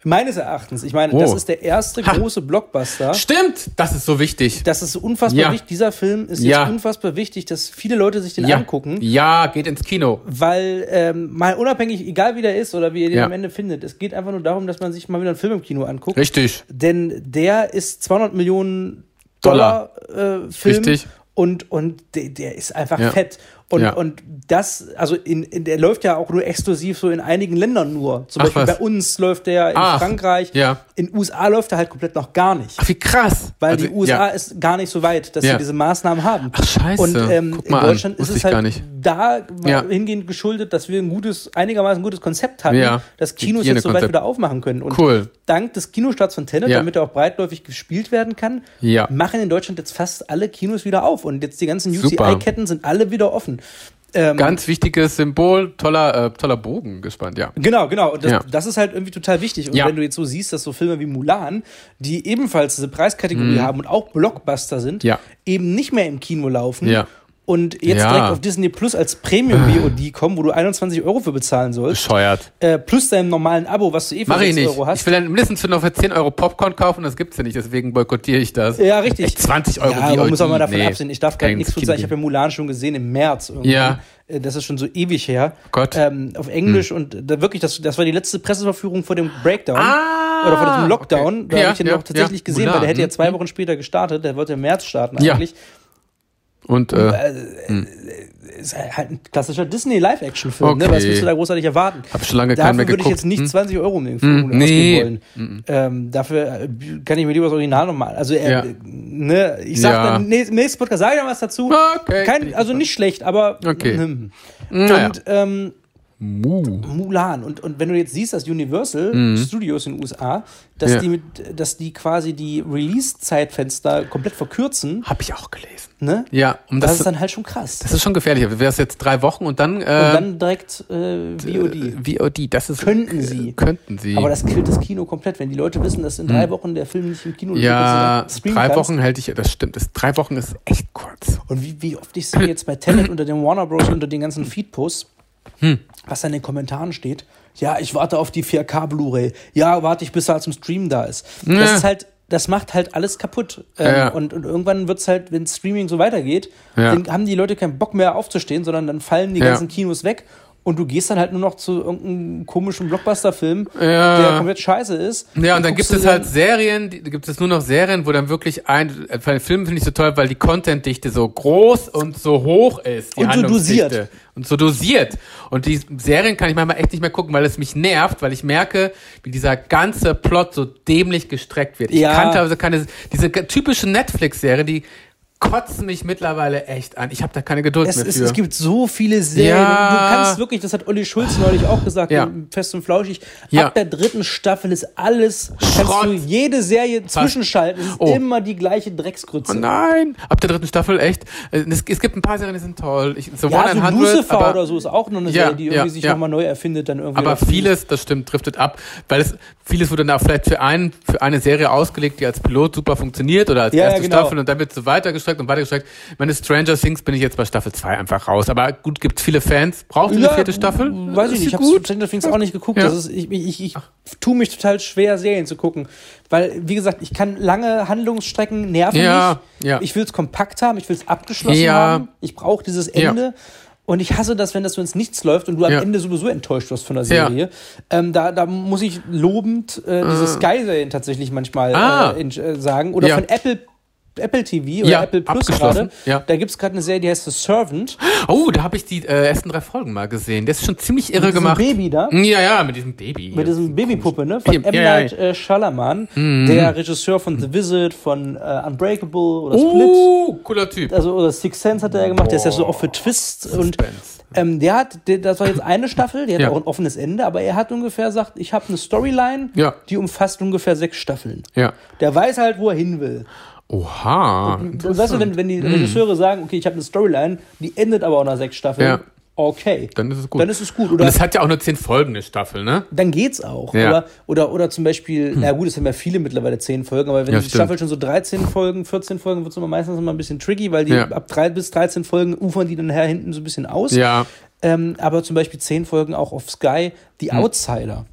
[SPEAKER 2] Meines Erachtens. Ich meine,
[SPEAKER 1] Oh.
[SPEAKER 2] das ist der erste
[SPEAKER 1] Ha.
[SPEAKER 2] große Blockbuster.
[SPEAKER 1] stimmt, das ist so wichtig.
[SPEAKER 2] Das ist unfassbar
[SPEAKER 1] Ja.
[SPEAKER 2] wichtig. Dieser Film ist
[SPEAKER 1] Ja.
[SPEAKER 2] jetzt unfassbar wichtig, dass viele Leute sich den
[SPEAKER 1] ja.
[SPEAKER 2] angucken,
[SPEAKER 1] ja, geht ins Kino.
[SPEAKER 2] weil ähm, mal unabhängig, egal wie der ist oder wie ihr den
[SPEAKER 1] Ja.
[SPEAKER 2] am Ende findet, es geht einfach nur darum, dass man sich mal wieder einen Film im Kino anguckt.
[SPEAKER 1] Richtig.
[SPEAKER 2] Denn der ist 200 Millionen Dollar,
[SPEAKER 1] Dollar.
[SPEAKER 2] äh, Film.
[SPEAKER 1] Richtig.
[SPEAKER 2] Und, und der, der ist einfach
[SPEAKER 1] Ja.
[SPEAKER 2] fett. Und,
[SPEAKER 1] Ja.
[SPEAKER 2] und das, also in, in, der läuft ja auch nur exklusiv so in einigen Ländern nur. Zum
[SPEAKER 1] Ach,
[SPEAKER 2] Beispiel
[SPEAKER 1] was.
[SPEAKER 2] bei uns läuft der ja in
[SPEAKER 1] Ach,
[SPEAKER 2] Frankreich.
[SPEAKER 1] ja.
[SPEAKER 2] In USA läuft er halt komplett noch gar nicht.
[SPEAKER 1] Ach, wie krass.
[SPEAKER 2] Weil
[SPEAKER 1] Also,
[SPEAKER 2] die
[SPEAKER 1] ja.
[SPEAKER 2] USA ist gar nicht so weit, dass sie
[SPEAKER 1] Ja.
[SPEAKER 2] diese Maßnahmen haben.
[SPEAKER 1] Ach, scheiße.
[SPEAKER 2] Und ähm,
[SPEAKER 1] Guck
[SPEAKER 2] in
[SPEAKER 1] mal an.
[SPEAKER 2] Deutschland ist
[SPEAKER 1] Wusste
[SPEAKER 2] es
[SPEAKER 1] ich
[SPEAKER 2] halt
[SPEAKER 1] gar nicht.
[SPEAKER 2] da
[SPEAKER 1] Ja.
[SPEAKER 2] hingehend geschuldet, dass wir ein gutes, einigermaßen gutes Konzept hatten,
[SPEAKER 1] Ja.
[SPEAKER 2] dass Kinos jetzt so weit
[SPEAKER 1] Hygienekonzept.
[SPEAKER 2] wieder aufmachen können. Und
[SPEAKER 1] Cool.
[SPEAKER 2] dank des Kinostarts von Tenet,
[SPEAKER 1] Ja.
[SPEAKER 2] damit er auch breitläufig gespielt werden kann,
[SPEAKER 1] Ja.
[SPEAKER 2] machen in Deutschland jetzt fast alle Kinos wieder auf. Und jetzt die ganzen
[SPEAKER 1] Super.
[SPEAKER 2] UCI-Ketten sind alle wieder offen. Ähm,
[SPEAKER 1] Ganz wichtiges Symbol, toller, äh, toller Bogen gespannt, ja.
[SPEAKER 2] Genau, genau. Und das,
[SPEAKER 1] Ja.
[SPEAKER 2] das ist halt irgendwie total wichtig. Und
[SPEAKER 1] Ja.
[SPEAKER 2] wenn du jetzt so siehst, dass so Filme wie Mulan, die ebenfalls diese Preiskategorie haben und auch Blockbuster sind,
[SPEAKER 1] Mhm. Ja.
[SPEAKER 2] eben nicht mehr im Kino laufen
[SPEAKER 1] Ja.
[SPEAKER 2] und jetzt
[SPEAKER 1] Ja. Ah.
[SPEAKER 2] direkt auf Disney Plus als Premium-VOD kommen, wo du 21 Euro für bezahlen sollst,
[SPEAKER 1] Bescheuert.
[SPEAKER 2] äh, plus deinem normalen Abo, was du eh für
[SPEAKER 1] Mach ich
[SPEAKER 2] 6
[SPEAKER 1] nicht.
[SPEAKER 2] Euro hast.
[SPEAKER 1] Ich will dann mindestens für noch für 10 Euro Popcorn kaufen, das gibt's ja nicht, deswegen boykottiere ich das.
[SPEAKER 2] ja, richtig.
[SPEAKER 1] Echt, 20 Euro
[SPEAKER 2] Ja,
[SPEAKER 1] die
[SPEAKER 2] man muss auch
[SPEAKER 1] OD?
[SPEAKER 2] mal davon
[SPEAKER 1] Nee.
[SPEAKER 2] absehen. Ich darf
[SPEAKER 1] Kann
[SPEAKER 2] gerade
[SPEAKER 1] ich
[SPEAKER 2] nichts
[SPEAKER 1] ins
[SPEAKER 2] von
[SPEAKER 1] Kino
[SPEAKER 2] sagen. Ich habe
[SPEAKER 1] gehen.
[SPEAKER 2] ja Mulan schon gesehen im März. Irgendwann.
[SPEAKER 1] Ja. Oh
[SPEAKER 2] Äh, Das ist schon so ewig her.
[SPEAKER 1] Gott. Hm.
[SPEAKER 2] Ähm, auf Englisch und da wirklich, das, das war die letzte Presseverführung vor dem Breakdown.
[SPEAKER 1] Ah,
[SPEAKER 2] oder vor diesem Lockdown.
[SPEAKER 1] okay.
[SPEAKER 2] Da habe ich den auch tatsächlich
[SPEAKER 1] ja.
[SPEAKER 2] gesehen,
[SPEAKER 1] Mulan,
[SPEAKER 2] weil der hätte ja
[SPEAKER 1] hm.
[SPEAKER 2] zwei Wochen später gestartet. Der wollte im März starten
[SPEAKER 1] Ja.
[SPEAKER 2] eigentlich.
[SPEAKER 1] Und äh,
[SPEAKER 2] Ist halt ein klassischer Disney-Live-Action-Film. Ne?
[SPEAKER 1] Okay.
[SPEAKER 2] Was willst du da großartig erwarten?
[SPEAKER 1] hab schon lange
[SPEAKER 2] Dafür
[SPEAKER 1] keinen mehr
[SPEAKER 2] würde ich
[SPEAKER 1] geguckt.
[SPEAKER 2] jetzt nicht
[SPEAKER 1] Hm?
[SPEAKER 2] 20 Euro um den Film
[SPEAKER 1] Hm, nee.
[SPEAKER 2] ausgeben wollen. Ähm, dafür äh, kann ich mir lieber das Original nochmal. Also, äh,
[SPEAKER 1] Ja.
[SPEAKER 2] ne, ich sag
[SPEAKER 1] Ja.
[SPEAKER 2] dann, nächstes, nächstes Podcast sage ich noch was dazu.
[SPEAKER 1] Okay.
[SPEAKER 2] Kein, also nicht schlecht, aber.
[SPEAKER 1] Okay.
[SPEAKER 2] hm.
[SPEAKER 1] Naja.
[SPEAKER 2] Und ähm,
[SPEAKER 1] Mu.
[SPEAKER 2] Mulan. Und, und wenn du jetzt siehst, dass Universal Studios in den USA, dass,
[SPEAKER 1] Mhm. Ja.
[SPEAKER 2] die mit, dass die quasi die Release-Zeitfenster komplett verkürzen,
[SPEAKER 1] Hab ich auch gelesen.
[SPEAKER 2] ne?
[SPEAKER 1] Ja, um
[SPEAKER 2] Das,
[SPEAKER 1] das,
[SPEAKER 2] ist
[SPEAKER 1] das,
[SPEAKER 2] dann halt schon krass.
[SPEAKER 1] ist schon gefährlich. Wäre es jetzt drei Wochen und dann, äh,
[SPEAKER 2] und dann direkt äh, VOD.
[SPEAKER 1] äh, VOD. Das ist,
[SPEAKER 2] Könnten sie.
[SPEAKER 1] Könnten sie.
[SPEAKER 2] Aber das killt das Kino komplett, wenn die Leute wissen, dass in drei Wochen der Film nicht im Kino
[SPEAKER 1] Hm. ja,
[SPEAKER 2] liegt. dass du dann streamen
[SPEAKER 1] drei
[SPEAKER 2] kannst.
[SPEAKER 1] Wochen hält ich, das stimmt. Das, drei Wochen ist echt kurz.
[SPEAKER 2] Und wie, wie oft ich sehe jetzt bei Tenet unter den Warner Bros. unter den ganzen Feed-Posts,
[SPEAKER 1] Hm.
[SPEAKER 2] was da in den Kommentaren steht. Ja, ich warte auf die 4K Blu-ray. Ja, warte ich, bis er halt zum Stream da ist. Das
[SPEAKER 1] Ja.
[SPEAKER 2] ist halt, das macht halt alles kaputt. Ähm,
[SPEAKER 1] Ja.
[SPEAKER 2] und, und irgendwann wird's halt, wenn Streaming so weitergeht,
[SPEAKER 1] Ja.
[SPEAKER 2] dann haben die Leute keinen Bock mehr aufzustehen, sondern dann fallen die
[SPEAKER 1] Ja.
[SPEAKER 2] ganzen Kinos weg. und du gehst dann halt nur noch zu irgendeinem komischen Blockbuster-Film,
[SPEAKER 1] Ja.
[SPEAKER 2] der komplett scheiße ist.
[SPEAKER 1] Ja, und dann gibt
[SPEAKER 2] guckst du
[SPEAKER 1] es
[SPEAKER 2] dir-
[SPEAKER 1] halt Serien, die, gibt es nur noch Serien, wo dann wirklich ein, äh, weil Film finde ich so toll, weil die Contentdichte so groß und so hoch ist. Die
[SPEAKER 2] Und so
[SPEAKER 1] Handlungsdichte.
[SPEAKER 2] dosiert.
[SPEAKER 1] Und so dosiert. Und die Serien kann ich manchmal echt nicht mehr gucken, weil es mich nervt, weil ich merke, wie dieser ganze Plot so dämlich gestreckt wird. Ich
[SPEAKER 2] Ja.
[SPEAKER 1] kann teilweise keine, diese typische Netflix-Serie, die kotzen mich mittlerweile echt an. Ich habe da keine Geduld
[SPEAKER 2] Es,
[SPEAKER 1] mehr
[SPEAKER 2] es,
[SPEAKER 1] für.
[SPEAKER 2] es gibt so viele Serien.
[SPEAKER 1] Ja.
[SPEAKER 2] Du kannst wirklich, das hat Olli Schulz neulich auch gesagt,
[SPEAKER 1] Ja.
[SPEAKER 2] im fest und flauschig.
[SPEAKER 1] Ja.
[SPEAKER 2] Ab der dritten Staffel ist alles. Kannst
[SPEAKER 1] Schrott.
[SPEAKER 2] du jede Serie zwischenschalten. Es ist
[SPEAKER 1] Oh.
[SPEAKER 2] immer die gleiche
[SPEAKER 1] Oh
[SPEAKER 2] Dreckskrütze.
[SPEAKER 1] nein, ab der dritten Staffel echt. Äh, Es, es gibt ein paar Serien, die sind toll. Ich, so
[SPEAKER 2] ja, so
[SPEAKER 1] 100,
[SPEAKER 2] Lucifer
[SPEAKER 1] aber-
[SPEAKER 2] oder so ist auch noch eine
[SPEAKER 1] Ja,
[SPEAKER 2] Serie, die irgendwie
[SPEAKER 1] ja,
[SPEAKER 2] sich
[SPEAKER 1] ja.
[SPEAKER 2] nochmal neu erfindet, dann irgendwie.
[SPEAKER 1] Aber
[SPEAKER 2] dazu.
[SPEAKER 1] vieles, das stimmt, driftet ab, weil es vieles wurde dann vielleicht für, einen, für eine Serie ausgelegt, die als Pilot super funktioniert oder als
[SPEAKER 2] Ja, ja,
[SPEAKER 1] erste
[SPEAKER 2] genau.
[SPEAKER 1] Staffel und dann wird so weitergestreckt und weitergestreckt. Meine Stranger Things bin ich jetzt bei Staffel 2 einfach raus. Aber gut, gibt viele Fans. Braucht ihr
[SPEAKER 2] Ja,
[SPEAKER 1] eine vierte Staffel?
[SPEAKER 2] Weiß
[SPEAKER 1] Ist
[SPEAKER 2] ich nicht, ich
[SPEAKER 1] sie
[SPEAKER 2] habe
[SPEAKER 1] gut.
[SPEAKER 2] Stranger Things auch nicht geguckt.
[SPEAKER 1] Ja.
[SPEAKER 2] Das ist, ich ich, ich, ich tue mich total schwer, Serien zu gucken. Weil, wie gesagt, ich kann lange Handlungsstrecken nerven
[SPEAKER 1] Ja,
[SPEAKER 2] mich.
[SPEAKER 1] ja.
[SPEAKER 2] Ich will es kompakt haben, ich will es abgeschlossen
[SPEAKER 1] Ja.
[SPEAKER 2] haben. Ich brauche dieses
[SPEAKER 1] Ja.
[SPEAKER 2] Ende. Und ich hasse das, wenn das so ins Nichts läuft und du am
[SPEAKER 1] Ja.
[SPEAKER 2] Ende sowieso enttäuscht wirst von der
[SPEAKER 1] Ja.
[SPEAKER 2] Serie. Ähm, da, da muss ich lobend äh, diese Sky-Serien tatsächlich manchmal
[SPEAKER 1] Ah.
[SPEAKER 2] äh, in, äh, sagen. Oder
[SPEAKER 1] Ja.
[SPEAKER 2] von Apple, Apple TV oder
[SPEAKER 1] Ja,
[SPEAKER 2] Apple Plus
[SPEAKER 1] abgeschlossen.
[SPEAKER 2] gerade.
[SPEAKER 1] Ja.
[SPEAKER 2] Da gibt es gerade eine Serie, die heißt The Servant.
[SPEAKER 1] Oh, da habe ich die äh, ersten drei Folgen mal gesehen. Das ist schon ziemlich irre
[SPEAKER 2] Dieses
[SPEAKER 1] gemacht.
[SPEAKER 2] Baby da.
[SPEAKER 1] Ja, ja, mit diesem Baby.
[SPEAKER 2] Mit diesem Babypuppe, ne? Von
[SPEAKER 1] Ja,
[SPEAKER 2] M. Night
[SPEAKER 1] ja, ja. Mhm.
[SPEAKER 2] äh, Shyamalan, der Regisseur von The Visit, von äh, Unbreakable oder Split.
[SPEAKER 1] oh, cooler Typ.
[SPEAKER 2] Also, oder Sixth Sense hat er gemacht, der ist ja so auch für Twists und
[SPEAKER 1] Suspense.
[SPEAKER 2] ähm, der hat, der, das war jetzt eine Staffel, die hat
[SPEAKER 1] Ja.
[SPEAKER 2] auch ein offenes Ende, aber er hat ungefähr gesagt, ich habe eine Storyline,
[SPEAKER 1] Ja.
[SPEAKER 2] die umfasst ungefähr sechs Staffeln.
[SPEAKER 1] Ja.
[SPEAKER 2] Der weiß halt, wo er hin will.
[SPEAKER 1] Oha.
[SPEAKER 2] Weißt du, wenn, wenn
[SPEAKER 1] Mhm.
[SPEAKER 2] die Regisseure sagen, okay, ich habe eine Storyline, die endet aber auch nach sechs Staffeln,
[SPEAKER 1] Ja.
[SPEAKER 2] okay.
[SPEAKER 1] Dann ist es gut.
[SPEAKER 2] Dann ist es gut.
[SPEAKER 1] Und es hat ja auch nur zehn Folgen, eine Staffel, ne?
[SPEAKER 2] dann geht's auch.
[SPEAKER 1] Ja.
[SPEAKER 2] Oder, oder, oder zum Beispiel, na gut, es haben ja viele mittlerweile zehn Folgen, aber wenn
[SPEAKER 1] Ja,
[SPEAKER 2] die
[SPEAKER 1] stimmt.
[SPEAKER 2] Staffel schon so 13 Folgen, 14 Folgen, wird's immer meistens immer ein bisschen tricky, weil die
[SPEAKER 1] Ja.
[SPEAKER 2] ab drei bis 13 Folgen ufern die dann her hinten so ein bisschen aus.
[SPEAKER 1] Ja.
[SPEAKER 2] Ähm, aber zum Beispiel zehn Folgen auch auf Sky, die
[SPEAKER 1] Hm.
[SPEAKER 2] Outsider.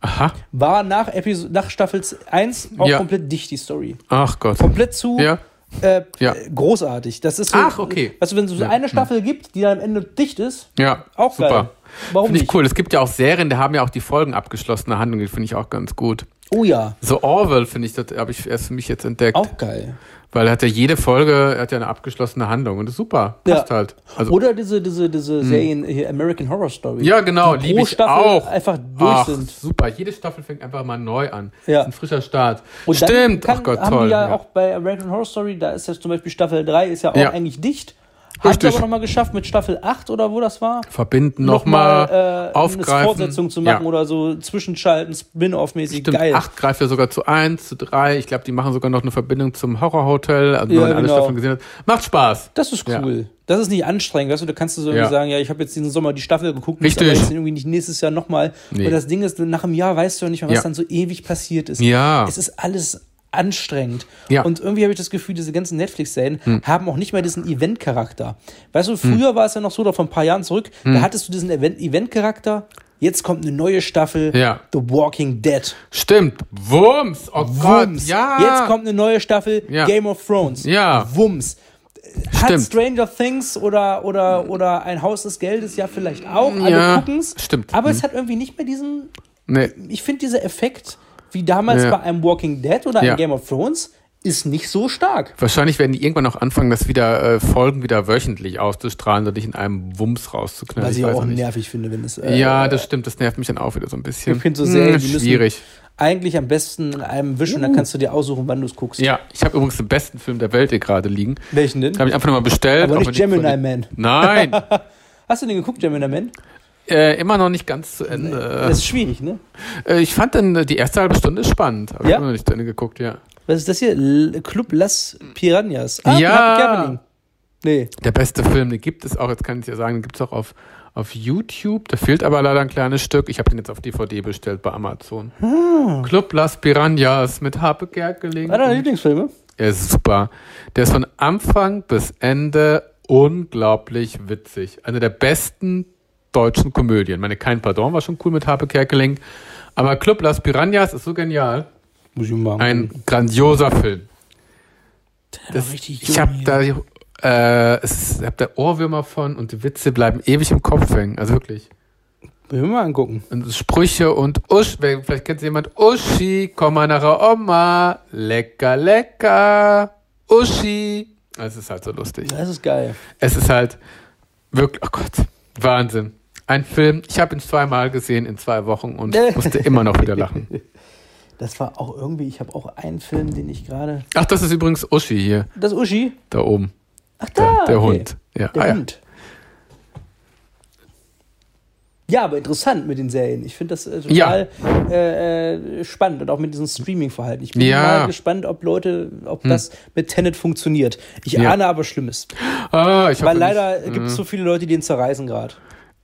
[SPEAKER 1] Aha.
[SPEAKER 2] War nach, Episo nach Staffel 1 auch
[SPEAKER 1] Ja.
[SPEAKER 2] komplett dicht, die Story.
[SPEAKER 1] Ach Gott.
[SPEAKER 2] Komplett zu.
[SPEAKER 1] Ja.
[SPEAKER 2] Äh,
[SPEAKER 1] Ja.
[SPEAKER 2] Großartig. Das ist so,
[SPEAKER 1] Ach, okay.
[SPEAKER 2] Weißt du, wenn es so eine Staffel gibt, die dann am Ende dicht ist,
[SPEAKER 1] Ja,
[SPEAKER 2] auch
[SPEAKER 1] super.
[SPEAKER 2] geil. Warum
[SPEAKER 1] Finde
[SPEAKER 2] nicht?
[SPEAKER 1] ich cool. Es gibt ja auch Serien, da haben ja auch die Folgen abgeschlossene Handlungen, die finde ich auch ganz gut.
[SPEAKER 2] Oh ja,
[SPEAKER 1] So Orwell finde ich, das habe ich erst für mich jetzt entdeckt,
[SPEAKER 2] auch geil.
[SPEAKER 1] weil er hat ja jede Folge, er hat ja eine abgeschlossene Handlung und das ist super. Passt
[SPEAKER 2] Ja.
[SPEAKER 1] halt. Also Hm.
[SPEAKER 2] Oder diese, diese, diese Serien hier, American Horror Story.
[SPEAKER 1] ja, genau,
[SPEAKER 2] die
[SPEAKER 1] liebe
[SPEAKER 2] pro
[SPEAKER 1] ich
[SPEAKER 2] Staffel
[SPEAKER 1] auch.
[SPEAKER 2] einfach durch
[SPEAKER 1] Ach,
[SPEAKER 2] sind.
[SPEAKER 1] super. Jede Staffel fängt einfach mal neu an.
[SPEAKER 2] Ja.
[SPEAKER 1] Ist ein frischer Start.
[SPEAKER 2] Und dann
[SPEAKER 1] Stimmt.
[SPEAKER 2] Kann,
[SPEAKER 1] Ach Gott,
[SPEAKER 2] haben
[SPEAKER 1] toll.
[SPEAKER 2] die ja,
[SPEAKER 1] Ja.
[SPEAKER 2] auch bei American Horror Story, da ist jetzt zum Beispiel Staffel 3 ist ja auch
[SPEAKER 1] Ja.
[SPEAKER 2] eigentlich dicht. Hat
[SPEAKER 1] Richtig.
[SPEAKER 2] es aber nochmal geschafft mit Staffel 8 oder wo das war?
[SPEAKER 1] Verbinden
[SPEAKER 2] noch
[SPEAKER 1] nochmal,
[SPEAKER 2] mal, äh, eine
[SPEAKER 1] aufgreifen.
[SPEAKER 2] Fortsetzung zu machen
[SPEAKER 1] ja.
[SPEAKER 2] oder so zwischenschalten, Spin-off-mäßig.
[SPEAKER 1] Stimmt,
[SPEAKER 2] Geil.
[SPEAKER 1] acht greift ja sogar zu eins, zu drei. Ich glaube, die machen sogar noch eine Verbindung zum Horrorhotel. Also, wenn
[SPEAKER 2] Ja,
[SPEAKER 1] man alle
[SPEAKER 2] genau.
[SPEAKER 1] Staffeln gesehen hat. Macht Spaß.
[SPEAKER 2] Das ist
[SPEAKER 1] Ja.
[SPEAKER 2] cool. Das ist nicht anstrengend, weißt du, da kannst du so irgendwie
[SPEAKER 1] Ja.
[SPEAKER 2] sagen, ja, ich habe jetzt diesen Sommer die Staffel geguckt, muss
[SPEAKER 1] Richtig.
[SPEAKER 2] aber jetzt irgendwie nicht nächstes Jahr nochmal.
[SPEAKER 1] Nee.
[SPEAKER 2] Und das Ding ist, nach einem Jahr weißt du ja nicht mehr, was
[SPEAKER 1] Ja.
[SPEAKER 2] dann so ewig passiert ist.
[SPEAKER 1] Ja.
[SPEAKER 2] Es ist alles anstrengend.
[SPEAKER 1] Ja. Hm.
[SPEAKER 2] Und irgendwie habe ich das Gefühl, diese ganzen Netflix-Serien haben auch nicht mehr diesen Event-Charakter. Weißt du, früher war es ja noch so, oder vor ein paar Jahren zurück,
[SPEAKER 1] Hm.
[SPEAKER 2] da hattest du diesen Event- Event-Charakter, jetzt kommt eine neue Staffel,
[SPEAKER 1] Ja.
[SPEAKER 2] The Walking Dead.
[SPEAKER 1] Stimmt. Wumms. Oh
[SPEAKER 2] Wumms.
[SPEAKER 1] Gott. Ja.
[SPEAKER 2] Jetzt kommt eine neue Staffel
[SPEAKER 1] Ja.
[SPEAKER 2] Game of Thrones.
[SPEAKER 1] Ja.
[SPEAKER 2] Wumms. Hat
[SPEAKER 1] Stimmt.
[SPEAKER 2] Stranger Things oder, oder, oder Ein Haus des Geldes ja vielleicht auch. Alle
[SPEAKER 1] Ja,
[SPEAKER 2] gucken's.
[SPEAKER 1] stimmt. Mhm.
[SPEAKER 2] Aber es hat irgendwie nicht mehr diesen.
[SPEAKER 1] Nee.
[SPEAKER 2] Ich finde, dieser Effekt, wie damals
[SPEAKER 1] Ja.
[SPEAKER 2] bei einem Walking Dead oder
[SPEAKER 1] Ja.
[SPEAKER 2] einem Game of Thrones, ist nicht so stark.
[SPEAKER 1] Wahrscheinlich werden die irgendwann auch anfangen, das wieder äh, Folgen wieder wöchentlich auszustrahlen und nicht in einem Wumms rauszuknallen.
[SPEAKER 2] Was ich,
[SPEAKER 1] Also weiß
[SPEAKER 2] auch
[SPEAKER 1] noch nicht.
[SPEAKER 2] nervig finde, wenn es. äh,
[SPEAKER 1] Ja, das stimmt. Das nervt mich dann auch wieder so ein bisschen. Hm,
[SPEAKER 2] Ich finde so Serien, die müssen-
[SPEAKER 1] schwierig.
[SPEAKER 2] Eigentlich am besten in einem wischen, dann kannst du dir aussuchen, wann du es guckst.
[SPEAKER 1] Uh. Ja, ich habe übrigens den besten Film der Welt hier gerade liegen.
[SPEAKER 2] Welchen denn?
[SPEAKER 1] Den habe ich einfach nochmal bestellt.
[SPEAKER 2] Aber
[SPEAKER 1] auch
[SPEAKER 2] nicht
[SPEAKER 1] wenn die-
[SPEAKER 2] Gemini Man.
[SPEAKER 1] Nein,
[SPEAKER 2] Hast du den geguckt, Gemini Man?
[SPEAKER 1] äh, immer noch nicht ganz zu Ende.
[SPEAKER 2] Das ist schwierig, ne?
[SPEAKER 1] Äh, ich fand dann äh, die erste halbe Stunde spannend. Hab ich
[SPEAKER 2] Ja?
[SPEAKER 1] immer noch nicht zu Ende geguckt, ja.
[SPEAKER 2] Was ist das hier? L Club Las Piranhas.
[SPEAKER 1] Ja.
[SPEAKER 2] Hub Gathering. Nee.
[SPEAKER 1] Der beste Film, den gibt es auch, jetzt kann ich ja sagen, den gibt es auch auf, auf YouTube. Da fehlt aber leider ein kleines Stück. Ich habe den jetzt auf DVD bestellt bei Amazon. Club Las Piranhas mit Harpe Kerkeling.
[SPEAKER 2] Einer deiner Lieblingsfilme?
[SPEAKER 1] Er ist super. Der ist von Anfang bis Ende unglaublich witzig. Eine der besten deutschen Komödien. Ich meine, kein Pardon war schon cool mit Harpe Kerkeling. Aber Club Las Piranhas ist so genial.
[SPEAKER 2] Muss ich mal.
[SPEAKER 1] Ein grandioser Film. Das, ich habe da, äh, es, ist- hab da Ohrwürmer von und die Witze bleiben ewig im Kopf hängen. Also wirklich.
[SPEAKER 2] Will mir mal angucken.
[SPEAKER 1] Und Sprüche und Usch, wer- vielleicht kennt jemand Uschi, komm mal nach der Oma, lecker, lecker, Uschi. Es ist halt so lustig.
[SPEAKER 2] Das ist geil.
[SPEAKER 1] Es ist halt wirklich, oh Gott, Wahnsinn. Ein Film, ich habe ihn zweimal gesehen in zwei Wochen und musste immer noch wieder lachen.
[SPEAKER 2] Das war auch irgendwie, ich habe auch einen Film, den ich gerade.
[SPEAKER 1] Ach, das ist übrigens Uschi hier,
[SPEAKER 2] Das Uschi?
[SPEAKER 1] da oben,
[SPEAKER 2] Ach
[SPEAKER 1] der,
[SPEAKER 2] da.
[SPEAKER 1] der
[SPEAKER 2] okay.
[SPEAKER 1] Hund. Ja.
[SPEAKER 2] Der
[SPEAKER 1] ah, ja.
[SPEAKER 2] Hund. Ja, aber interessant mit den Serien. Ich finde das äh,
[SPEAKER 1] Ja.
[SPEAKER 2] total äh, äh, spannend und auch mit diesem Streaming-Verhalten. Ich bin
[SPEAKER 1] Ja. Hm.
[SPEAKER 2] mal gespannt, ob Leute, ob das mit Tenet funktioniert. Ich
[SPEAKER 1] Ja.
[SPEAKER 2] ahne aber Schlimmes.
[SPEAKER 1] Ah, ich hoffe
[SPEAKER 2] Weil leider
[SPEAKER 1] nicht.
[SPEAKER 2] gibt es so viele Leute, die ihn zerreißen gerade.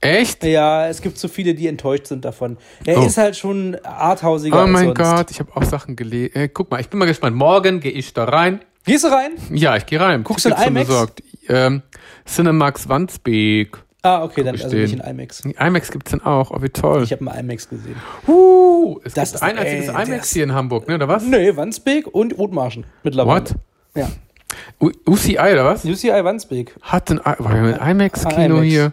[SPEAKER 1] Echt?
[SPEAKER 2] Ja, es gibt so viele, die enttäuscht sind davon. Er
[SPEAKER 1] Oh.
[SPEAKER 2] ist halt schon arthausiger
[SPEAKER 1] Oh
[SPEAKER 2] als
[SPEAKER 1] mein
[SPEAKER 2] sonst.
[SPEAKER 1] Gott, ich habe auch Sachen gelesen. Äh, guck mal, ich bin mal gespannt. Morgen gehe ich da rein.
[SPEAKER 2] Gehst du rein?
[SPEAKER 1] Ja, ich gehe rein.
[SPEAKER 2] Guckst du in
[SPEAKER 1] Tickets schon
[SPEAKER 2] IMAX?
[SPEAKER 1] besorgt. Ähm, Cinemax Wandsbek.
[SPEAKER 2] Ah, okay, dann
[SPEAKER 1] ich
[SPEAKER 2] also nicht in
[SPEAKER 1] den.
[SPEAKER 2] IMAX.
[SPEAKER 1] IMAX gibt's denn auch. Oh, wie toll.
[SPEAKER 2] Ich habe einen IMAX gesehen.
[SPEAKER 1] Uh, es
[SPEAKER 2] Das
[SPEAKER 1] gibt
[SPEAKER 2] ist-
[SPEAKER 1] ein einziges
[SPEAKER 2] ey,
[SPEAKER 1] IMAX
[SPEAKER 2] das-
[SPEAKER 1] hier in Hamburg, ne, oder was?
[SPEAKER 2] Nee, Wandsbek und Othmarschen mittlerweile.
[SPEAKER 1] What?
[SPEAKER 2] Ja.
[SPEAKER 1] U UCI, oder was?
[SPEAKER 2] UCI Wandsbek.
[SPEAKER 1] Hat ein, I- war ein IMAX-Kino
[SPEAKER 2] IMAX.
[SPEAKER 1] hier?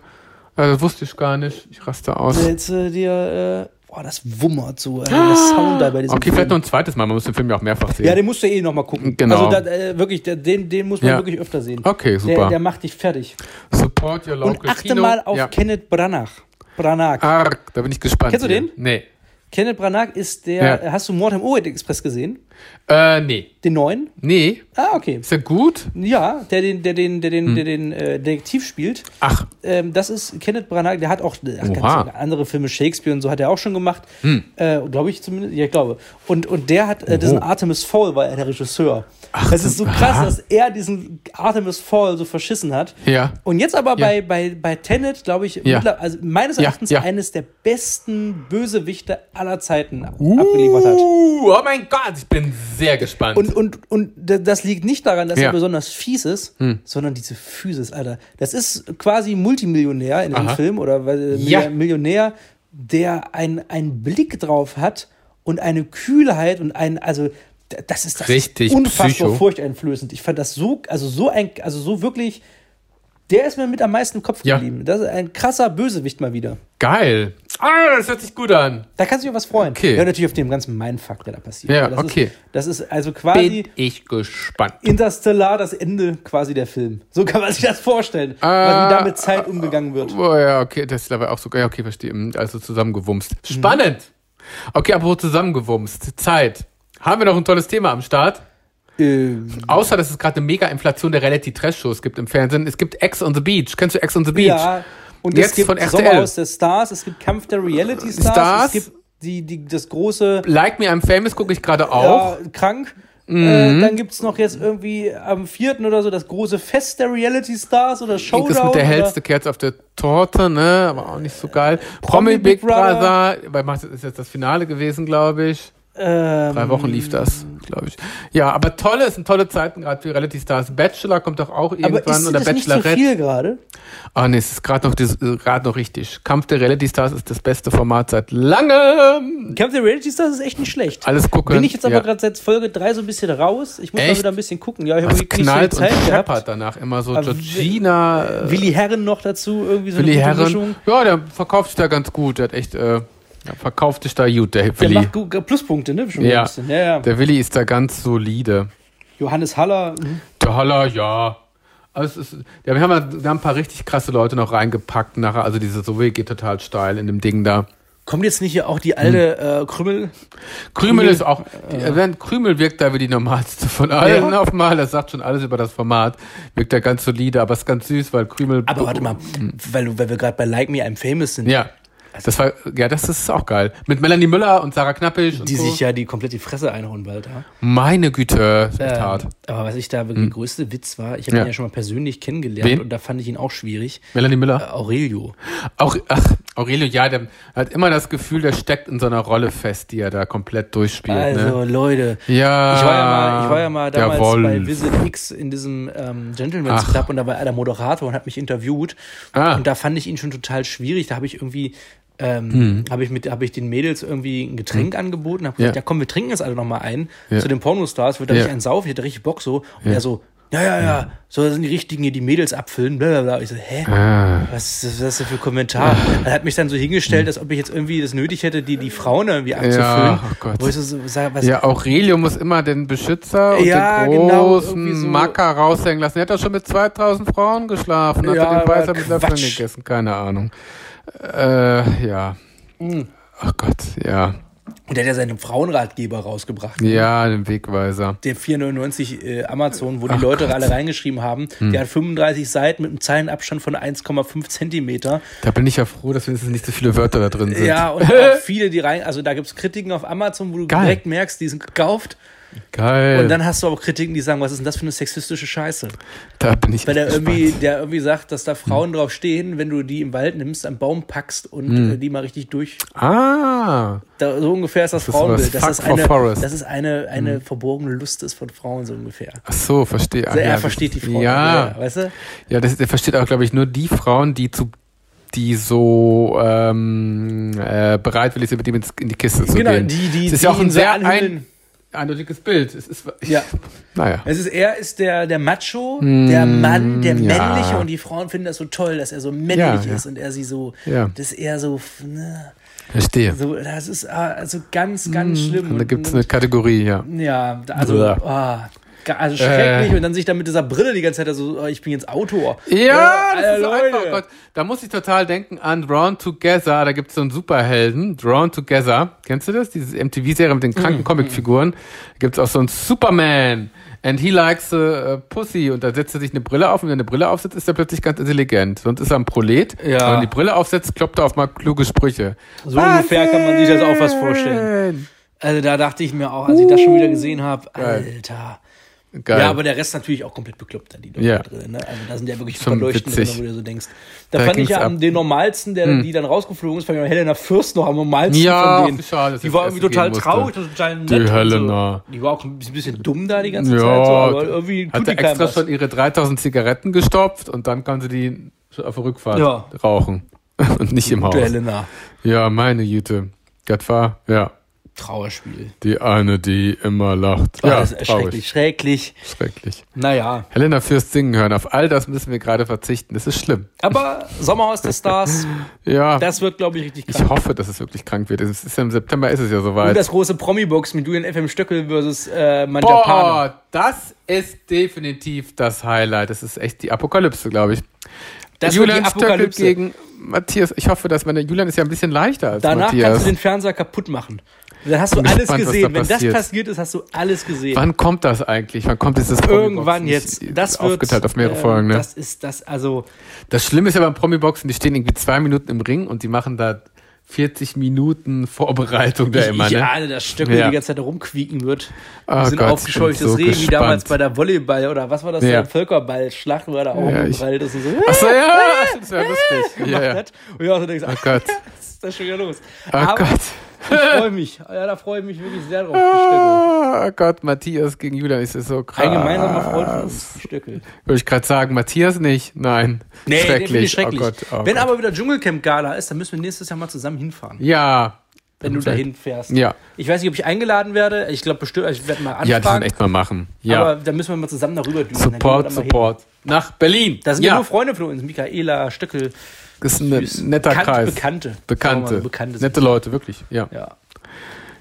[SPEAKER 1] Äh, Das wusste ich gar nicht. Ich raste aus.
[SPEAKER 2] Jetzt äh, dir, äh, boah, das wummert so, äh, der Sound da bei diesem
[SPEAKER 1] Ah. Okay, vielleicht
[SPEAKER 2] Film.
[SPEAKER 1] noch ein zweites Mal. Man muss den Film ja auch mehrfach
[SPEAKER 2] Ja,
[SPEAKER 1] sehen.
[SPEAKER 2] den musst du eh nochmal gucken.
[SPEAKER 1] Genau.
[SPEAKER 2] Also da, äh, wirklich, der, den, den muss man
[SPEAKER 1] Ja.
[SPEAKER 2] wirklich öfter sehen.
[SPEAKER 1] okay,
[SPEAKER 2] Der,
[SPEAKER 1] super.
[SPEAKER 2] der macht dich fertig.
[SPEAKER 1] Support your local
[SPEAKER 2] Und achte
[SPEAKER 1] Kino.
[SPEAKER 2] mal auf
[SPEAKER 1] ja. Ah.
[SPEAKER 2] Kenneth Branagh. Branagh.
[SPEAKER 1] Arg, da bin ich gespannt.
[SPEAKER 2] Kennst du
[SPEAKER 1] hier.
[SPEAKER 2] den?
[SPEAKER 1] Nee.
[SPEAKER 2] Kenneth Branagh ist der,
[SPEAKER 1] Ja.
[SPEAKER 2] hast du Mord im Orient Express gesehen?
[SPEAKER 1] Äh, nee.
[SPEAKER 2] Den neuen?
[SPEAKER 1] Nee.
[SPEAKER 2] Ah, okay.
[SPEAKER 1] Ist der gut?
[SPEAKER 2] Ja, der den, der den, der den,
[SPEAKER 1] Hm.
[SPEAKER 2] der den äh, Detektiv spielt.
[SPEAKER 1] Ach,
[SPEAKER 2] Ähm, das ist Kenneth Branagh, der hat auch äh, ach, ganz
[SPEAKER 1] Oha. Hm.
[SPEAKER 2] viele andere Filme, Shakespeare und so hat er auch schon gemacht. Äh, glaube ich zumindest, ja, ich glaube. Und, und der hat äh, diesen Artemis Fowl, war er der Regisseur. das ist so krass,
[SPEAKER 1] aha.
[SPEAKER 2] dass er diesen Artemis Fowl so verschissen hat.
[SPEAKER 1] Ja.
[SPEAKER 2] Und jetzt aber bei, bei, bei Tenet, glaube ich,
[SPEAKER 1] Ja.
[SPEAKER 2] mittler- also meines
[SPEAKER 1] Ja,
[SPEAKER 2] Erachtens
[SPEAKER 1] ja.
[SPEAKER 2] eines der besten Bösewichte aller Zeiten abgeliefert hat.
[SPEAKER 1] Uh, oh mein Gott, ich bin sehr gespannt.
[SPEAKER 2] Und, und, und da- das liegt nicht daran, dass
[SPEAKER 1] Ja. Hm.
[SPEAKER 2] er besonders fies ist, sondern diese Physis, Alter. Das ist quasi Multimillionär in dem
[SPEAKER 1] Aha.
[SPEAKER 2] Film oder weil- äh,
[SPEAKER 1] Ja.
[SPEAKER 2] Millionär, der ein- einen Blick drauf hat und eine Kühlheit und ein, also d- das ist das ist
[SPEAKER 1] Richtig
[SPEAKER 2] unfassbar
[SPEAKER 1] Psycho.
[SPEAKER 2] furchteinflößend. Ich fand das so, also so ein, also so wirklich, der ist mir mit am meisten im Kopf
[SPEAKER 1] Ja.
[SPEAKER 2] geblieben. Das ist ein krasser Bösewicht mal wieder.
[SPEAKER 1] Geil. Ah, das hört sich gut an.
[SPEAKER 2] Da kannst du dich auf was freuen.
[SPEAKER 1] Okay.
[SPEAKER 2] Ja, natürlich auf dem ganzen Mindfuck, der da passiert.
[SPEAKER 1] Ja,
[SPEAKER 2] Aber das
[SPEAKER 1] okay.
[SPEAKER 2] Ist, das ist also quasi.
[SPEAKER 1] ich gespannt.
[SPEAKER 2] Interstellar, das Ende quasi der Film. So kann man sich das vorstellen,
[SPEAKER 1] Ah,
[SPEAKER 2] was wie damit Zeit umgegangen wird.
[SPEAKER 1] Oh ja, okay, das ist dabei auch so geil. Ja, okay, verstehe. Mhm, Also zusammengewumst.
[SPEAKER 2] Mhm.
[SPEAKER 1] Spannend. Okay, apropos zusammengewumst. Zeit. Haben wir noch ein tolles Thema am Start? äh,
[SPEAKER 2] Ähm,
[SPEAKER 1] Außer, dass es gerade eine mega Inflation der Reality-Trash-Shows gibt im Fernsehen. Es gibt Ex on the Beach. Kennst du Ex on the Beach?
[SPEAKER 2] ja, und
[SPEAKER 1] Jetzt
[SPEAKER 2] es gibt
[SPEAKER 1] von RTL.
[SPEAKER 2] Sommerhaus der Stars, es gibt Kampf der Reality Stars,
[SPEAKER 1] Stars.
[SPEAKER 2] es gibt die, die, das große
[SPEAKER 1] Like Me, I'm Famous gucke ich gerade auch. Mhm.
[SPEAKER 2] ja, Krank. Äh, dann gibt es noch jetzt irgendwie am 4. oder so das große Fest der Reality Stars oder Showdown.
[SPEAKER 1] das mit der
[SPEAKER 2] oder-
[SPEAKER 1] hellste Kerze auf der Torte, ne? Aber auch nicht so geil. Promi Big Brother, weil das ist jetzt das Finale gewesen, glaube ich.
[SPEAKER 2] Ähm,
[SPEAKER 1] Drei Wochen lief das, glaube ich. Ja, aber tolle, es sind tolle Zeiten gerade für Reality Stars. Bachelor kommt doch auch
[SPEAKER 2] aber
[SPEAKER 1] irgendwann
[SPEAKER 2] ist
[SPEAKER 1] oder
[SPEAKER 2] das nicht zu
[SPEAKER 1] Bachelorette.
[SPEAKER 2] viel gerade?
[SPEAKER 1] Ah nee, es ist gerade noch, dis- äh, grad noch richtig. Kampf der Reality Stars ist das beste Format seit langem.
[SPEAKER 2] Kampf der Reality Stars ist echt nicht schlecht.
[SPEAKER 1] Alles gucken.
[SPEAKER 2] Bin ich jetzt aber
[SPEAKER 1] Also ja.
[SPEAKER 2] gerade seit Folge 3 so ein bisschen raus. Ich muss mal
[SPEAKER 1] Echt?
[SPEAKER 2] wieder ein bisschen gucken. Ja, ich habe
[SPEAKER 1] Es
[SPEAKER 2] irgendwie nicht so viel
[SPEAKER 1] knallt und
[SPEAKER 2] Zeit gehabt.
[SPEAKER 1] scheppert danach immer so.
[SPEAKER 2] Aber
[SPEAKER 1] Georgina, äh,
[SPEAKER 2] Willi Herren noch dazu, irgendwie so
[SPEAKER 1] Willi
[SPEAKER 2] eine gute
[SPEAKER 1] Herren.
[SPEAKER 2] Mischung.
[SPEAKER 1] Ja, der verkauft sich da ganz gut. Der hat echt, äh, der verkauft sich da gut, der
[SPEAKER 2] Der
[SPEAKER 1] Willi.
[SPEAKER 2] macht gu- Pluspunkte, ne? Schon ein
[SPEAKER 1] Ja.
[SPEAKER 2] bisschen. ja, ja.
[SPEAKER 1] Der Willi ist da ganz solide.
[SPEAKER 2] Johannes Haller. mhm.
[SPEAKER 1] Der Haller, ja. Also es ist, ja, wir, haben, ja- wir haben ein paar richtig krasse Leute noch reingepackt nachher. Also diese Zoe geht total steil in dem Ding da.
[SPEAKER 2] Kommt jetzt nicht hier auch die alte
[SPEAKER 1] Hm.
[SPEAKER 2] äh, Krümmel?
[SPEAKER 1] Krümel ist auch, die, während Krümel wirkt da wie die normalste von allen
[SPEAKER 2] äh, Ja.
[SPEAKER 1] auf mal. Das sagt schon alles über das Format. Wirkt da ganz solide, aber ist ganz süß, weil Krümel.
[SPEAKER 2] Aber warte mal, weil, du- weil wir gerade bei Like Me I'm Famous sind,
[SPEAKER 1] Hm. Ja. Das war, ja, das ist auch geil. Mit Melanie Müller und Sarah Knappisch. und
[SPEAKER 2] die
[SPEAKER 1] so.
[SPEAKER 2] sich ja die komplett die Fresse einhauen bald. Ja?
[SPEAKER 1] Meine Güte, ist echt
[SPEAKER 2] Ähm,
[SPEAKER 1] hart. Hm.
[SPEAKER 2] aber was ich da wirklich der größte Witz war, ich habe
[SPEAKER 1] Ja.
[SPEAKER 2] ihn ja schon mal persönlich kennengelernt
[SPEAKER 1] Wen?
[SPEAKER 2] und da fand ich ihn auch schwierig.
[SPEAKER 1] Melanie
[SPEAKER 2] Äh,
[SPEAKER 1] Müller.
[SPEAKER 2] Aurelio.
[SPEAKER 1] Auch, ach, Aurelio, ja, der hat immer das Gefühl, der steckt in so einer Rolle fest, die er da komplett durchspielt. ne?
[SPEAKER 2] Also Leute,
[SPEAKER 1] Ja.
[SPEAKER 2] Ich war ja mal, ich war ja mal
[SPEAKER 1] Ah, der
[SPEAKER 2] damals
[SPEAKER 1] Wolf.
[SPEAKER 2] bei Visit X in diesem ähm, Gentleman's
[SPEAKER 1] Ach.
[SPEAKER 2] Club und da war er der Moderator und hat mich interviewt.
[SPEAKER 1] Ah.
[SPEAKER 2] Und da fand ich ihn schon total schwierig. Da habe ich irgendwie. Ähm, habe ich mit habe ich den Mädels irgendwie ein Getränk angeboten habe gesagt
[SPEAKER 1] Hm. Ja.
[SPEAKER 2] ja komm wir trinken jetzt alle noch mal ein
[SPEAKER 1] Ja.
[SPEAKER 2] zu den Pornostars wird da
[SPEAKER 1] Ja. Hm.
[SPEAKER 2] richtig ein Sauf ich hätte richtig Bock so und er so ja, ja, ja, so das sind die richtigen hier, die Mädels abfüllen, blablabla. Ich so, hä?
[SPEAKER 1] Ah.
[SPEAKER 2] Was ist das denn für ein Kommentar? Er hat mich dann so
[SPEAKER 1] Hm.
[SPEAKER 2] hingestellt, als ob ich jetzt irgendwie das nötig hätte, die, die Frauen irgendwie abzufüllen.
[SPEAKER 1] oh Gott.
[SPEAKER 2] Wo ich so, so sage, was,
[SPEAKER 1] Ja, Aurelio muss immer den Beschützer und
[SPEAKER 2] Ja,
[SPEAKER 1] den
[SPEAKER 2] genau,
[SPEAKER 1] großen
[SPEAKER 2] irgendwie so.
[SPEAKER 1] Macker raushängen lassen. Er hat doch schon mit 2000 Frauen geschlafen, hat
[SPEAKER 2] Ja,
[SPEAKER 1] er den
[SPEAKER 2] aber
[SPEAKER 1] Weißer mit Löffeln
[SPEAKER 2] Quatsch.
[SPEAKER 1] gegessen, keine Ahnung. Äh, ja.
[SPEAKER 2] Hm.
[SPEAKER 1] Ach Gott, ja.
[SPEAKER 2] Und der hat ja seinen Frauenratgeber rausgebracht.
[SPEAKER 1] Ja, den Wegweiser.
[SPEAKER 2] Der 499 äh, Amazon, wo die Leute alle reingeschrieben haben,
[SPEAKER 1] Hm.
[SPEAKER 2] der hat 35 Seiten mit einem Zeilenabstand von 1,5 Zentimeter.
[SPEAKER 1] Da bin ich ja froh, dass wenigstens nicht so viele Wörter da drin sind.
[SPEAKER 2] Ja, und auch viele, die rein, also da gibt es Kritiken auf Amazon, wo du
[SPEAKER 1] Geil. Äh.
[SPEAKER 2] direkt merkst, die sind gekauft.
[SPEAKER 1] Geil.
[SPEAKER 2] Und dann hast du auch Kritiken, die sagen, was ist denn das für eine sexistische Scheiße?
[SPEAKER 1] da bin ich
[SPEAKER 2] Weil der
[SPEAKER 1] echt
[SPEAKER 2] irgendwie,
[SPEAKER 1] gespannt.
[SPEAKER 2] der irgendwie sagt, dass da
[SPEAKER 1] Hm.
[SPEAKER 2] Frauen drauf stehen, wenn du die im Wald nimmst, am Baum packst und äh, die mal richtig durch.
[SPEAKER 1] Ah,
[SPEAKER 2] Da, so ungefähr ist das,
[SPEAKER 1] Das ist
[SPEAKER 2] Frauenbild.
[SPEAKER 1] was
[SPEAKER 2] Das ist
[SPEAKER 1] Fuck for
[SPEAKER 2] eine,
[SPEAKER 1] Forest. Hm.
[SPEAKER 2] das ist eine, eine verborgene Lust ist von Frauen, so ungefähr.
[SPEAKER 1] ach so, verstehe.
[SPEAKER 2] Also
[SPEAKER 1] Ah,
[SPEAKER 2] er
[SPEAKER 1] ja,
[SPEAKER 2] versteht die
[SPEAKER 1] das-
[SPEAKER 2] Frauen.
[SPEAKER 1] Ja,
[SPEAKER 2] Weißt du?
[SPEAKER 1] ja das, der versteht auch, glaube ich, nur die Frauen, die zu die so ähm, äh, bereitwillig sind, mit ihm ins, in die Kiste zu
[SPEAKER 2] Genau,
[SPEAKER 1] gehen.
[SPEAKER 2] die, die,
[SPEAKER 1] das ist
[SPEAKER 2] die
[SPEAKER 1] ja auch
[SPEAKER 2] ihn
[SPEAKER 1] ein
[SPEAKER 2] so
[SPEAKER 1] sehr ein,
[SPEAKER 2] anhimmeln.
[SPEAKER 1] eindeutiges Bild. Es ist,
[SPEAKER 2] Ja.
[SPEAKER 1] Naja.
[SPEAKER 2] Es ist, er ist der, der Macho, der Mann, der
[SPEAKER 1] Hm, ja.
[SPEAKER 2] Männliche und die Frauen finden das so toll, dass er so männlich
[SPEAKER 1] Ja, ja.
[SPEAKER 2] ist und er sie so,
[SPEAKER 1] Ja.
[SPEAKER 2] dass er so, f- ne,
[SPEAKER 1] Verstehe.
[SPEAKER 2] so, das ist ah, also ganz, ganz schlimm.
[SPEAKER 1] Hm, Und da
[SPEAKER 2] und-
[SPEAKER 1] gibt es eine Kategorie, ja.
[SPEAKER 2] Ja, da- also,
[SPEAKER 1] Blah.
[SPEAKER 2] ah, ga- also schrecklich.
[SPEAKER 1] Äh.
[SPEAKER 2] Und dann sich dann mit dieser Brille die ganze Zeit so, ah, ich bin jetzt Autor. Äh,
[SPEAKER 1] Ja, das
[SPEAKER 2] Alter,
[SPEAKER 1] ist so einfach. Oh Gott. Da muss ich total denken an Drawn Together. Da gibt es so einen Superhelden, Drawn Together. Kennst du das? Diese MTV-Serie mit den kranken
[SPEAKER 2] Mhm.
[SPEAKER 1] Comicfiguren. Da gibt es auch so einen Superman. And he likes äh, Pussy. Und da setzt er sich eine Brille auf. Und wenn er eine Brille aufsetzt, ist er plötzlich ganz intelligent. Sonst ist er ein Prolet.
[SPEAKER 2] Ja.
[SPEAKER 1] Aber Wenn er die Brille aufsetzt, kloppt er auf mal kluge Sprüche.
[SPEAKER 2] So ungefähr kann man sich das auch was vorstellen.
[SPEAKER 1] Wahnsinn.
[SPEAKER 2] Also da dachte ich mir auch, als ich das schon wieder gesehen habe, Alter.
[SPEAKER 1] Geil.
[SPEAKER 2] Ja, aber der Rest natürlich auch komplett bekloppt, da die Leute
[SPEAKER 1] Ja.
[SPEAKER 2] drin. Ne? Also da sind ja wirklich
[SPEAKER 1] Schon
[SPEAKER 2] Verleuchten drin,
[SPEAKER 1] witzig.
[SPEAKER 2] wo du dir so denkst. Da,
[SPEAKER 1] Da
[SPEAKER 2] fand ich
[SPEAKER 1] ging's
[SPEAKER 2] ja am
[SPEAKER 1] ab. Hm.
[SPEAKER 2] den normalsten, der, die dann rausgeflogen ist, fand ich auch Helena Fürst noch am normalsten
[SPEAKER 1] Ja,
[SPEAKER 2] von denen.
[SPEAKER 1] wie schade, dass
[SPEAKER 2] die
[SPEAKER 1] sie
[SPEAKER 2] war
[SPEAKER 1] erst
[SPEAKER 2] irgendwie total
[SPEAKER 1] gehen musste.
[SPEAKER 2] traurig, und total nett. und
[SPEAKER 1] Helena.
[SPEAKER 2] So. Die war auch ein bisschen dumm da die ganze Zeit, so,
[SPEAKER 1] ja,
[SPEAKER 2] aber irgendwie tut
[SPEAKER 1] hat
[SPEAKER 2] die
[SPEAKER 1] er
[SPEAKER 2] keinem
[SPEAKER 1] extra
[SPEAKER 2] was.
[SPEAKER 1] schon ihre 3000 Zigaretten gestopft und dann konnte die auf der Rückfahrt
[SPEAKER 2] Ja.
[SPEAKER 1] rauchen. Und nicht im Haus.
[SPEAKER 2] Gute Helena.
[SPEAKER 1] Ja, meine Güte. Das war, ja,
[SPEAKER 2] Trauerspiel.
[SPEAKER 1] die eine, die immer lacht.
[SPEAKER 2] Oh,
[SPEAKER 1] ja,
[SPEAKER 2] das ist schrecklich, schrecklich.
[SPEAKER 1] Schrecklich.
[SPEAKER 2] Naja.
[SPEAKER 1] Helena Fürst singen hören. Auf all das müssen wir gerade verzichten. Das ist schlimm.
[SPEAKER 2] Aber Sommerhaus der Stars,
[SPEAKER 1] Ja,
[SPEAKER 2] das wird, glaube ich, richtig krass.
[SPEAKER 1] ich halt. hoffe, dass es wirklich krank wird. Es ist ja Im September ist es ja
[SPEAKER 2] Und
[SPEAKER 1] soweit.
[SPEAKER 2] das große Promi-Box mit Julian FM Stöckel versus äh, Manjapane.
[SPEAKER 1] Boah, das ist definitiv das Highlight. Das ist echt die Apokalypse, glaube ich.
[SPEAKER 2] Das wird die
[SPEAKER 1] Julian Stöckel
[SPEAKER 2] Apokalypse.
[SPEAKER 1] gegen Matthias. Ich hoffe, dass meine Julian ist ja ein bisschen leichter als
[SPEAKER 2] Danach
[SPEAKER 1] Matthias.
[SPEAKER 2] kannst du den Fernseher kaputt machen. Dann hast du
[SPEAKER 1] Bin
[SPEAKER 2] alles
[SPEAKER 1] gespannt, was da
[SPEAKER 2] gesehen. Wenn das
[SPEAKER 1] passiert.
[SPEAKER 2] passiert ist, hast du alles gesehen.
[SPEAKER 1] Wann kommt das eigentlich? Wann kommt dieses
[SPEAKER 2] Irgendwann
[SPEAKER 1] Promi-Boxen?
[SPEAKER 2] jetzt. Das wird.
[SPEAKER 1] aufgeteilt auf mehrere
[SPEAKER 2] ähm,
[SPEAKER 1] Folgen. Ne?
[SPEAKER 2] Das ist das, also.
[SPEAKER 1] Das Schlimme ist ja beim Promi-Boxen, die stehen irgendwie zwei Minuten im Ring und die machen da 40 Minuten Vorbereitung da
[SPEAKER 2] Ich,
[SPEAKER 1] immer,
[SPEAKER 2] ich
[SPEAKER 1] ne?
[SPEAKER 2] ahne, dass Stöckel
[SPEAKER 1] Ja.
[SPEAKER 2] die ganze Zeit rumquieken wird.
[SPEAKER 1] Oh
[SPEAKER 2] Wir sind
[SPEAKER 1] Gott,
[SPEAKER 2] aufgescheuchtes
[SPEAKER 1] bin so
[SPEAKER 2] Reh, wie
[SPEAKER 1] gespannt.
[SPEAKER 2] damals bei der Volleyball oder was war das?
[SPEAKER 1] Ja.
[SPEAKER 2] Ja. Völkerball-Schlacht, wo er da auch
[SPEAKER 1] Ja,
[SPEAKER 2] ja,
[SPEAKER 1] ich- Ah.
[SPEAKER 2] ist und so.
[SPEAKER 1] Achso, ja, das wäre lustig. Ja, ja.
[SPEAKER 2] hat. Und ja, so denkst du,
[SPEAKER 1] Oh Gott,
[SPEAKER 2] was ist das schon wieder los?
[SPEAKER 1] oh
[SPEAKER 2] Aber
[SPEAKER 1] Gott.
[SPEAKER 2] ich freue mich. Ja, da freue ich mich wirklich sehr drauf. Stöckel.
[SPEAKER 1] Oh Gott, Matthias gegen Julian ist das so krass.
[SPEAKER 2] Ein gemeinsamer Freund von uns, Stöckel.
[SPEAKER 1] Würde ich gerade sagen, Matthias nicht. Nein.
[SPEAKER 2] Nee, der finde
[SPEAKER 1] schrecklich.
[SPEAKER 2] ich schrecklich.
[SPEAKER 1] Oh Gott, oh
[SPEAKER 2] Wenn
[SPEAKER 1] Gott.
[SPEAKER 2] aber wieder Dschungelcamp-Gala ist, dann müssen wir nächstes Jahr mal zusammen hinfahren,
[SPEAKER 1] Ja.
[SPEAKER 2] wenn du
[SPEAKER 1] Vielleicht.
[SPEAKER 2] dahin fährst.
[SPEAKER 1] Ja.
[SPEAKER 2] Ich weiß nicht, ob ich eingeladen werde. Ich glaube bestimmt, also ich werde mal anfragen.
[SPEAKER 1] Ja, das müssen wir echt mal machen.
[SPEAKER 2] Aber
[SPEAKER 1] Ja.
[SPEAKER 2] dann müssen wir mal zusammen darüber düsen.
[SPEAKER 1] Support, Support. Nach Berlin.
[SPEAKER 2] Da sind ja
[SPEAKER 1] ja.
[SPEAKER 2] nur Freunde von uns. Michaela, Stöckel,
[SPEAKER 1] Das ist ein ne- netter
[SPEAKER 2] Bekannte,
[SPEAKER 1] Kreis.
[SPEAKER 2] Bekannte. Sagen wir
[SPEAKER 1] Bekannte.
[SPEAKER 2] mal, Bekannte sind-
[SPEAKER 1] Nette Leute, wirklich. Ja.
[SPEAKER 2] Ja.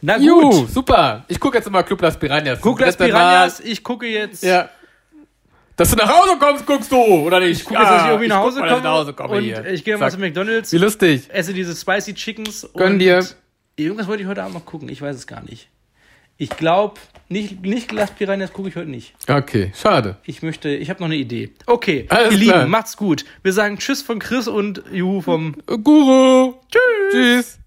[SPEAKER 2] Na gut.
[SPEAKER 1] Juhu, super. Ich gucke jetzt mal Club Las Piranhas.
[SPEAKER 2] Guck,
[SPEAKER 1] Das
[SPEAKER 2] Las
[SPEAKER 1] dritte
[SPEAKER 2] Piranhas, ich gucke jetzt.
[SPEAKER 1] Mal. Ja. Dass du nach Hause kommst, guckst du, oder nicht?
[SPEAKER 2] Ich gucke jetzt, dass ich irgendwie nach
[SPEAKER 1] guck
[SPEAKER 2] Hause
[SPEAKER 1] mal, dass
[SPEAKER 2] komme.
[SPEAKER 1] Ah, ich nach Hause komme
[SPEAKER 2] und
[SPEAKER 1] hier.
[SPEAKER 2] ich gehe mal
[SPEAKER 1] Zack.
[SPEAKER 2] zu McDonalds,
[SPEAKER 1] Wie lustig.
[SPEAKER 2] esse diese Spicy Chickens.
[SPEAKER 1] Gönn
[SPEAKER 2] und
[SPEAKER 1] dir.
[SPEAKER 2] Irgendwas wollte ich heute Abend noch gucken. Ich weiß es gar nicht. Ich glaube, nicht, nicht Las Piranhas gucke ich heute nicht.
[SPEAKER 1] Okay, schade.
[SPEAKER 2] Ich möchte, ich habe noch eine Idee. Okay,
[SPEAKER 1] Alles
[SPEAKER 2] ihr
[SPEAKER 1] klar.
[SPEAKER 2] Lieben, macht's gut. Wir sagen Tschüss von Chris und Juhu vom
[SPEAKER 1] Guru. Tschüss. Tschüss.